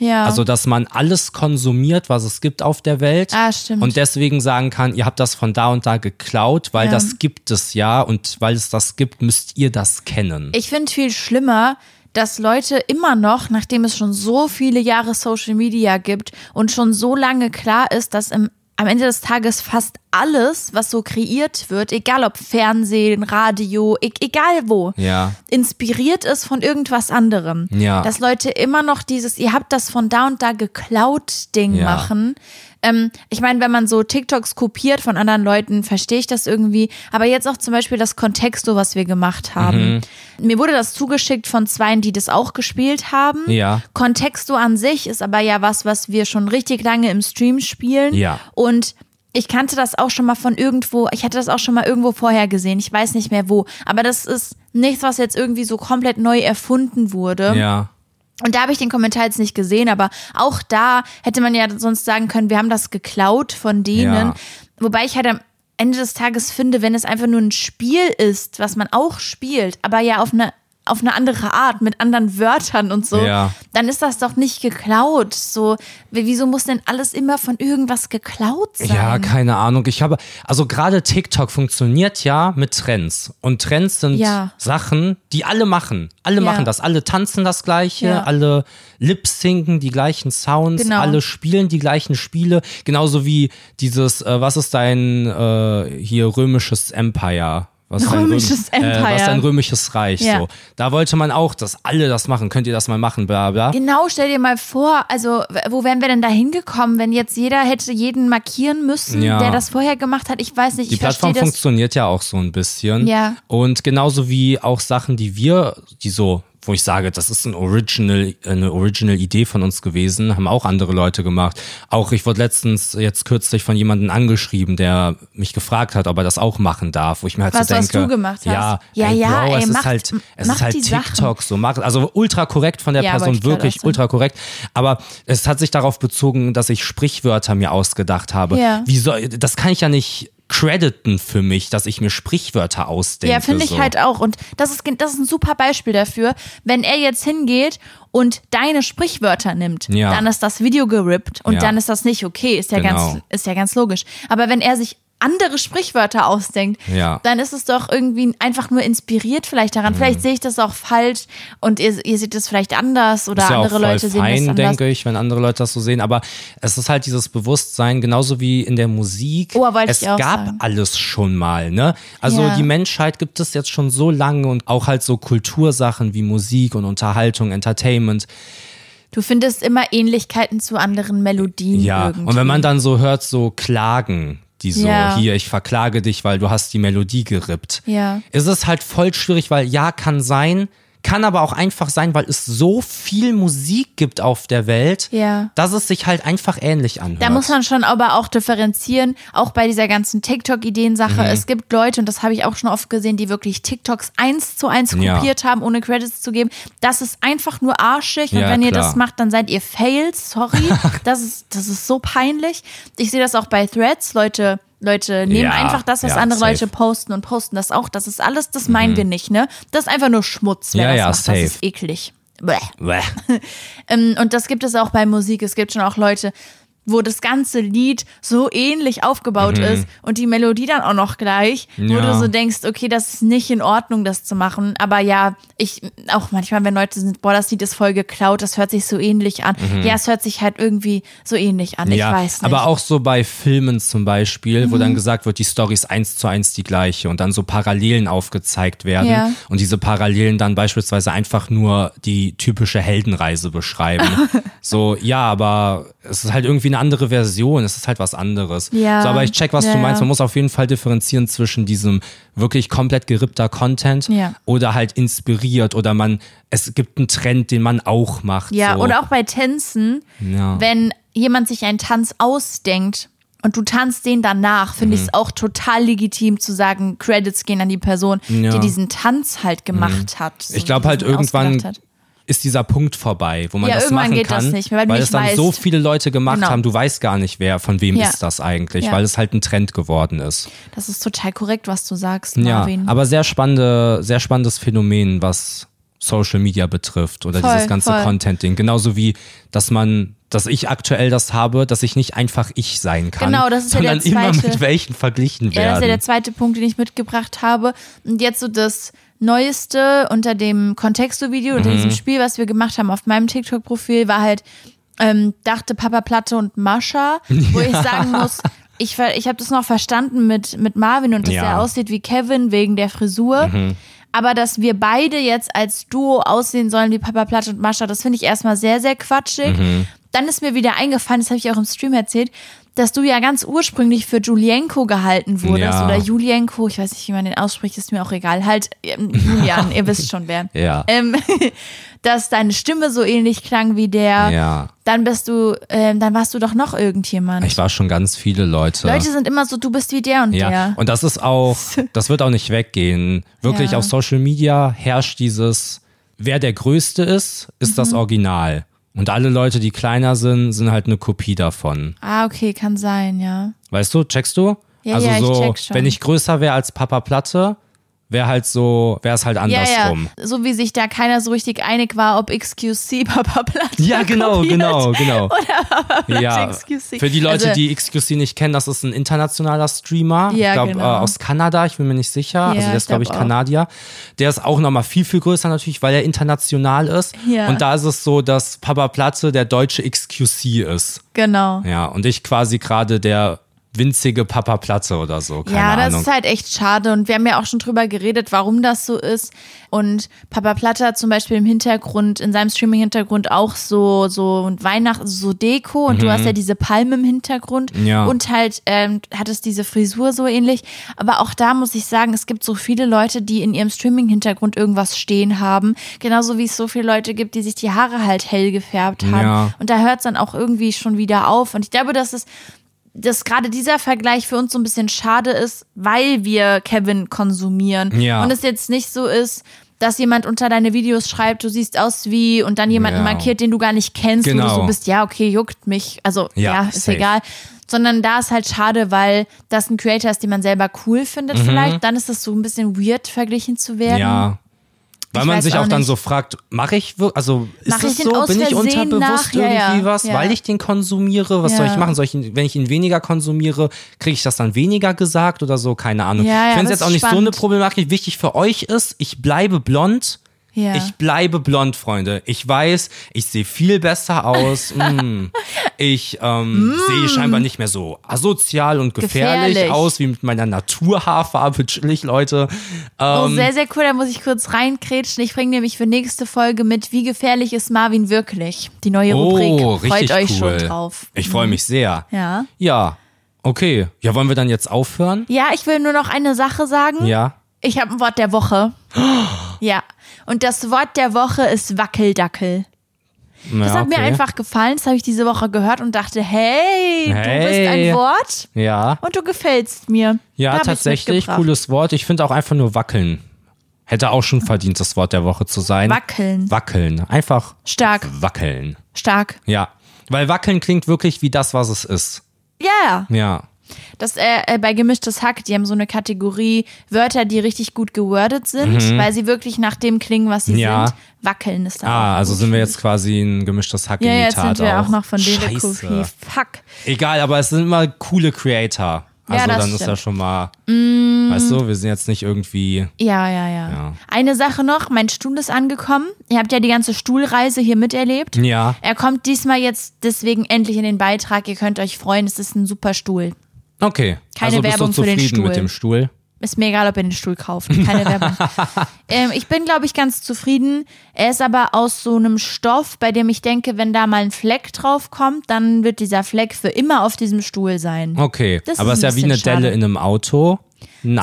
Ja. Also, dass man alles konsumiert, was es gibt auf der Welt. Ah, stimmt. Und deswegen sagen kann, ihr habt das von da und da geklaut, weil Ja. das gibt es ja und weil es das gibt, müsst ihr das kennen. ich finde viel schlimmer, dass Leute immer noch, nachdem es schon so viele Jahre Social Media gibt und schon so lange klar ist, dass im, am Ende des Tages fast alles, was so kreiert wird, egal ob Fernsehen, Radio, e egal wo, Ja. inspiriert ist von irgendwas anderem. Ja. Dass Leute immer noch dieses, ihr habt das von da und da geklaut Ding Ja. machen. Ähm, ich meine, wenn man so TikToks kopiert von anderen Leuten, verstehe ich das irgendwie. Aber jetzt auch zum Beispiel das Kontexto, was wir gemacht haben. Mhm. Mir wurde das zugeschickt von zweien, die das auch gespielt haben. Ja. Kontexto an sich ist aber ja was, was wir schon richtig lange im Stream spielen. Ja. Und ich kannte das auch schon mal von irgendwo, ich hatte das auch schon mal irgendwo vorher gesehen, ich weiß nicht mehr wo. Aber das ist nichts, was jetzt irgendwie so komplett neu erfunden wurde. Ja. Und da habe ich den Kommentar jetzt nicht gesehen, aber auch da hätte man ja sonst sagen können, wir haben das geklaut von denen. Ja. Wobei ich halt am Ende des Tages finde, wenn es einfach nur ein Spiel ist, was man auch spielt, aber ja auf eine auf eine andere Art, mit anderen Wörtern und so, Ja. dann ist das doch nicht geklaut. So, w- wieso muss denn alles immer von irgendwas geklaut sein? Ja, keine Ahnung. Ich habe, also gerade TikTok funktioniert ja mit Trends. Und Trends sind Ja. Sachen, die alle machen. Alle Ja. machen das. Alle tanzen das Gleiche, Ja. alle lip-sinken die gleichen Sounds, Genau. alle spielen die gleichen Spiele. Genauso wie dieses, äh, was ist dein äh, hier römisches Empire? Was ist dein Römisches Röm- Äh, Empire. was ist dein römisches Reich? Ja. So. Da wollte man auch, dass alle das machen. Könnt ihr das mal machen, bla bla. Genau, stell dir mal vor, also w- wo wären wir denn da hingekommen, wenn jetzt jeder hätte jeden markieren müssen, Ja. der das vorher gemacht hat? Ich weiß nicht, Die ich verstehe Plattform das funktioniert ja auch so ein bisschen. Ja. Und genauso wie auch Sachen, die wir, die so wo ich sage, das ist ein Original, eine Original-Idee von uns gewesen, haben auch andere Leute gemacht. Auch ich wurde letztens jetzt kürzlich von jemandem angeschrieben, der mich gefragt hat, ob er das auch machen darf, wo ich mir halt Was, so was denke, du gemacht hast. ja, Ja, ey, ja, Bro, ey, es macht- ist halt, es macht ist halt die TikTok Sachen. so macht, also ultra korrekt von der Ja, wollte Person ich gerade wirklich auch sagen. ultra korrekt, aber es hat sich darauf bezogen, dass ich Sprichwörter mir ausgedacht habe. Ja. Wie soll, das kann ich ja nicht crediten für mich, dass ich mir Sprichwörter ausdenke. Ja, finde ich so. halt auch. Und das ist, gen- das ist ein super Beispiel dafür. Wenn er jetzt hingeht und deine Sprichwörter nimmt, Ja. dann ist das Video gerippt und Ja. dann ist das nicht okay. Ist ja, Genau. ganz, ist ja ganz logisch. Aber wenn er sich andere Sprichwörter ausdenkt, Ja. Mhm. dann ist es doch irgendwie einfach nur inspiriert vielleicht daran. Vielleicht sehe ich das auch falsch und ihr, ihr seht es vielleicht anders oder ist ja andere auch voll Leute sehen fein, das anders. denke ich, wenn andere Leute das so sehen. Aber es ist halt dieses Bewusstsein, genauso wie in der Musik. Oh, wollte es ich auch gab sagen. alles schon mal, ne? Also Ja. die Menschheit gibt es jetzt schon so lange und auch halt so Kultursachen wie Musik und Unterhaltung, Entertainment. Du findest immer Ähnlichkeiten zu anderen Melodien. Ja. irgendwie. Und wenn man dann so hört, so Klagen, die so, Ja. hier, ich verklage dich, weil du hast die Melodie gerippt. Ja. Es ist halt voll schwierig, weil ja, kann sein, kann aber auch einfach sein, weil es so viel Musik gibt auf der Welt, Ja. dass es sich halt einfach ähnlich anhört. Da muss man schon aber auch differenzieren, auch bei dieser ganzen Mhm. TikTok-Ideen-Sache. Es gibt Leute, und das habe ich auch schon oft gesehen, die wirklich TikToks eins zu eins Ja. kopiert haben, ohne Credits zu geben. Das ist einfach nur arschig. Und Ja, wenn ihr klar. das macht, dann seid ihr Fails. Sorry. das, ist, das ist so peinlich. Ich sehe das auch bei Threads. Leute, Leute nehmen Ja, einfach das, was ja, andere safe. Leute posten und posten das auch. Das ist alles, das meinen wir nicht, ne? Das ist einfach nur Schmutz, wer Ja, das ja, macht. safe. Das ist eklig. Bleh. Bäh. Ähm, und das gibt es auch bei Musik. Es gibt schon auch Leute, wo das ganze Lied so ähnlich aufgebaut ist und die Melodie dann auch noch gleich, wo Mhm. Ja. du so denkst, okay, das ist nicht in Ordnung, das zu machen. Aber ja, ich auch manchmal, wenn Leute sind, boah, das Lied ist voll geklaut, das hört sich so ähnlich an. Ja, es hört sich halt irgendwie so ähnlich an. Mhm. ja, ich weiß nicht. Mhm. aber auch so bei Filmen zum Beispiel, wo dann gesagt wird, die Story ist eins zu eins die gleiche und dann so Parallelen aufgezeigt werden Ja. und diese Parallelen dann beispielsweise einfach nur die typische Heldenreise beschreiben. so, ja, aber es ist halt irgendwie eine andere Version, es ist halt was anderes. Ja. So, aber ich check, was Ja, du meinst. ja. Man muss auf jeden Fall differenzieren zwischen diesem wirklich komplett gerippter Content Ja. oder halt inspiriert oder man, es gibt einen Trend, den man auch macht. Ja, so. oder auch bei Tänzen, Ja. wenn jemand sich einen Tanz ausdenkt und du tanzt den danach, finde Mhm. ich es auch total legitim zu sagen, Credits gehen an die Person, Ja. die diesen Tanz halt gemacht hat. so Ich glaube die halt diesen irgendwann ausgedacht hat. ist dieser Punkt vorbei, wo man Ja, das irgendwann machen geht das kann, nicht mehr, weil du es nicht dann weißt. so viele Leute gemacht Genau. haben, du weißt gar nicht, wer von wem Ja. ist das eigentlich, Ja. weil es halt ein Trend geworden ist. Das ist total korrekt, was du sagst, Ja, Marvin. aber sehr spannende, sehr spannendes Phänomen, was Social Media betrifft oder Voll, dieses ganze voll. Content-Ding. Genauso wie, dass man, dass ich aktuell das habe, dass ich nicht einfach ich sein kann, Genau, das ist ja der sondern immer zweite- mit welchen verglichen Ja, das ist ja werden. der zweite Punkt, den ich mitgebracht habe. Und jetzt so das Neueste unter dem Contexto-Video, unter diesem Spiel, was wir gemacht haben auf meinem TikTok-Profil, war halt, ähm, dachte Papa Platte und Mascha, wo ich sagen muss, ich, ver- ich habe das noch verstanden mit, mit Marvin und dass Ja. Mhm. er aussieht wie Kevin wegen der Frisur. Aber dass wir beide jetzt als Duo aussehen sollen wie Papa Platte und Mascha, das finde ich erstmal sehr, sehr quatschig. Mhm. Dann ist mir wieder eingefallen, das habe ich auch im Stream erzählt, dass du ja ganz ursprünglich für Julienko gehalten wurdest Ja. oder Julienko, ich weiß nicht, wie man den ausspricht, ist mir auch egal. Halt, ähm, Julian, ihr wisst schon wer. Ja. Ähm, dass deine Stimme so ähnlich klang wie der. ja, Dann bist du, ähm, dann warst du doch noch irgendjemand. ich war schon ganz viele Leute sind immer so, du bist wie der und Ja, der. und das ist auch, das wird auch nicht weggehen. Wirklich Ja. auf Social Media herrscht dieses, wer der Größte ist, ist das Mhm. Original. Und alle Leute, die kleiner sind, sind halt eine Kopie davon. ah, okay, kann sein, ja. Weißt du, checkst du? Ja, also ja, ich so, check schon. wenn ich größer wäre als Papa Platte, wäre halt so, wäre es halt Ja, ja. andersrum. So wie sich da keiner so richtig einig war, ob XQC Papa Platte Ja, genau, kopiert. genau, genau. ja. XQC. Für die Leute, Also- die XQC nicht kennen, das ist ein internationaler Streamer. Ja, ich glaube, genau. äh, aus Kanada, ich bin mir nicht sicher. Ja, also der ich ist, glaube ich, glaub auch. Kanadier. Der ist auch nochmal viel, viel größer natürlich, weil er international ist. Ja. Und da ist es so, dass Papa Platte der deutsche XQC ist. Genau. Ja, und ich quasi gerade der winzige Papa Platze oder so. Keine ja, das Ahnung. ist halt echt schade. Und wir haben ja auch schon drüber geredet, warum das so ist. Und Papa Platter zum Beispiel im Hintergrund, in seinem Streaming-Hintergrund auch so, so und Weihnachten, so Deko. Und du hast ja diese Palme im Hintergrund. Mhm. Ja. Und halt ähm, hattest diese Frisur so ähnlich. Aber auch da muss ich sagen, es gibt so viele Leute, die in ihrem Streaming-Hintergrund irgendwas stehen haben. Genauso wie es so viele Leute gibt, die sich die Haare halt hell gefärbt haben. Ja. Und da hört es dann auch irgendwie schon wieder auf. Und ich glaube, dass es dass gerade dieser Vergleich für uns so ein bisschen schade ist, weil wir Kevin konsumieren. Ja. Und es jetzt nicht so ist, dass jemand unter deine Videos schreibt, du siehst aus wie und dann jemanden Ja. markiert, den du gar nicht kennst, wo Genau. du so bist, ja, okay, juckt mich. Also ja, Ja, ist safe. egal. Sondern da ist halt schade, weil das ein Creator ist, den man selber cool findet vielleicht. Dann ist das so ein bisschen weird verglichen zu werden. Mhm. Ja. Weil Ich man weiß sich auch auch, dann nicht. so fragt, mache ich wirklich, also ist Mach das ich den so, aus bin ich Versehen unterbewusst nach? Ja, irgendwie ja, was, ja. weil ich den konsumiere, was soll Ja. ich machen? Soll ich, ihn- wenn ich ihn weniger konsumiere, kriege ich das dann weniger gesagt oder so, keine Ahnung. Ja, ja, ich finde es das jetzt auch ist nicht so eine spannend. Problematik. Wichtig für euch ist, ich bleibe blond. Ja. Ich bleibe blond, Freunde. Ich weiß, ich sehe viel besser aus. mm. Ich ähm, sehe scheinbar nicht mehr so asozial und gefährlich, Mm. Gefährlich. aus wie mit meiner Naturhaarfarbe. Chillig, Leute. Ähm, Oh, sehr, sehr cool. Da muss ich kurz reinkrätschen. Ich bringe nämlich für nächste Folge mit, wie gefährlich ist Marvin wirklich? Die neue Oh, Rubrik. richtig Freut euch cool. schon drauf. Mhm. Ich freue mich sehr. Ja. Ja. Okay. Ja, wollen wir dann jetzt aufhören? Ja, ich will nur noch eine Sache sagen. Ja. Ich habe ein Wort der Woche. Ja. Und das Wort der Woche ist Wackeldackel. Na, Das hat mir okay. einfach gefallen. Das habe ich diese Woche gehört und dachte, hey, du bist Hey. ein Wort Ja. und du gefällst mir. Da Ja, hab ich tatsächlich. mitgebracht. Cooles Wort. Ich finde auch einfach nur wackeln. Hätte auch schon verdient, das Wort der Woche zu sein. Wackeln. Wackeln. Einfach Stark, wackeln. stark. Ja. Weil wackeln klingt wirklich wie das, was es ist. Ja. Ja. Das äh, äh, bei gemischtes Hack, die haben so eine Kategorie Wörter, die richtig gut gewordet sind, weil sie wirklich nach dem klingen, was sie Mhm. Ja. sind. Wackeln ist da. Ah, auch also gut. sind wir jetzt quasi ein gemischtes Hack Ja, in die jetzt Tat sind wir auch, noch von Delacoury. Scheiße. Fuck. Egal, aber es sind immer coole Creator. Also das dann ist stimmt. Mm. ja schon mal, weißt du, wir sind jetzt nicht irgendwie Ja, ja, ja, Ja. Eine Sache noch, mein Stuhl ist angekommen. Ihr habt ja die ganze Stuhlreise hier miterlebt. Ja. Er kommt diesmal jetzt deswegen endlich in den Beitrag. Ihr könnt euch freuen, es ist ein super Stuhl. Okay. Keine also Werbung bist du für den zufrieden Stuhl. mit dem Stuhl? Ist mir egal, ob ihr den Stuhl kauft. Keine Werbung. ähm, ich bin, glaube ich, ganz zufrieden. Er ist aber aus so einem Stoff, bei dem ich denke, wenn da mal ein Fleck drauf kommt, dann wird dieser Fleck für immer auf diesem Stuhl sein. Okay. Das Aber es ist ist ein ja wie bisschen eine schade. Delle in einem Auto. Ein Das ist auch eine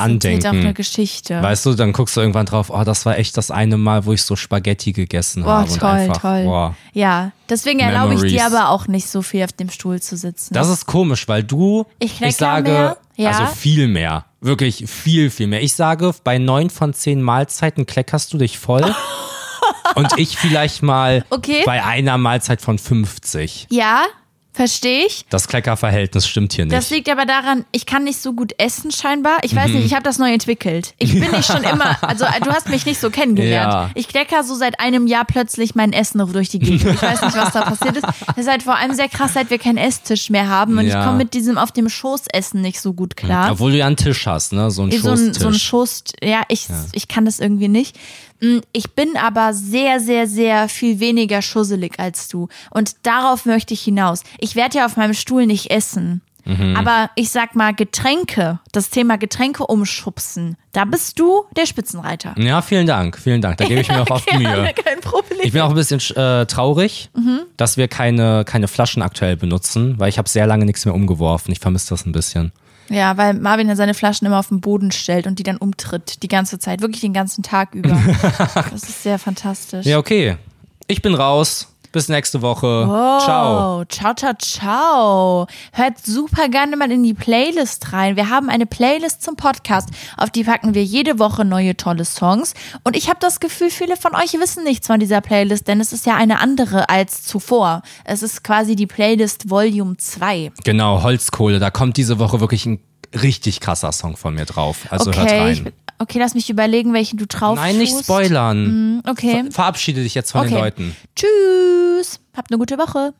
Andenken. Geschichte. Weißt du, dann guckst du irgendwann drauf, oh, das war echt das eine Mal, wo ich so Spaghetti gegessen Boah, habe. und toll, einfach, toll. Boah. Ja, deswegen erlaube ich dir Memories. aber auch nicht so viel auf dem Stuhl zu sitzen. Das ist komisch, weil du, Ich klecker sage, mehr, ja. also viel mehr. Wirklich viel, viel mehr. Ich sage, bei neun von zehn Mahlzeiten kleckerst du dich voll. und ich vielleicht mal Okay. bei einer Mahlzeit von 50. ja, verstehe ich. Das Kleckerverhältnis stimmt hier nicht. Mhm. Das liegt aber daran, ich kann nicht so gut essen scheinbar. Ich weiß nicht, ich habe das neu entwickelt. Ich bin nicht schon immer, also äh, du hast mich nicht so kennengelernt. Ja. Ich klecker so seit einem Jahr plötzlich mein Essen durch die Gegend. Ich weiß nicht, was da passiert ist. Es ist halt vor allem sehr krass, seit wir keinen Esstisch mehr haben und ich Ja. komme mit diesem auf dem Schoßessen nicht so gut klar. Obwohl du ja einen Tisch hast, ne? So einen Äh, so ein, Schoßtisch. so ein Schuss, ja ich, ich kann das irgendwie nicht. Mm, Ich bin aber sehr, sehr, sehr viel weniger schusselig als du. Und darauf möchte ich hinaus. Ich werde ja auf meinem Stuhl nicht essen. Aber ich sag mal, Getränke, das Thema Getränke umschubsen, da bist du der Spitzenreiter. Ja, vielen Dank, vielen Dank. Da gebe ich mir auch oft Mühe. Kein Problem. Ich bin auch ein bisschen äh, traurig, Mhm. dass wir keine, keine Flaschen aktuell benutzen, weil ich habe sehr lange nichts mehr umgeworfen. Ich vermisse das ein bisschen. Ja, weil Marvin ja seine Flaschen immer auf den Boden stellt und die dann umtritt, die ganze Zeit, wirklich den ganzen Tag über. das ist sehr fantastisch. Ja, okay. Ich bin raus. Bis nächste Woche. Ciao. Oh, ciao, ciao, ciao. Hört super gerne mal in die Playlist rein. Wir haben eine Playlist zum Podcast, auf die packen wir jede Woche neue tolle Songs. Und ich habe das Gefühl, viele von euch wissen nichts von dieser Playlist, denn es ist ja eine andere als zuvor. Es ist quasi die Playlist Volume 2. Genau, Holzkohle. Da kommt diese Woche wirklich ein richtig krasser Song von mir drauf. Also hört Okay, ich rein. bin, okay, lass mich überlegen, welchen du drauf Nein, nicht tust. spoilern. Okay. Verabschiede dich jetzt von den Mhm. Okay. Leuten. Tschüss. Habt eine gute Woche.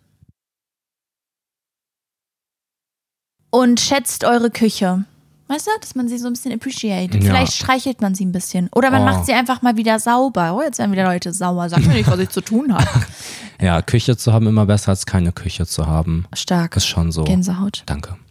Und schätzt eure Küche. Weißt du, dass man sie so ein bisschen appreciated. Ja. Vielleicht streichelt man sie ein bisschen. Oder man Oh. macht sie einfach mal wieder sauber. Oh, jetzt werden wieder Leute sauer. Sag mir nicht, was ich zu tun habe. Ja, Küche zu haben immer besser als keine Küche zu haben. Stark. Ist schon so. Gänsehaut. Danke.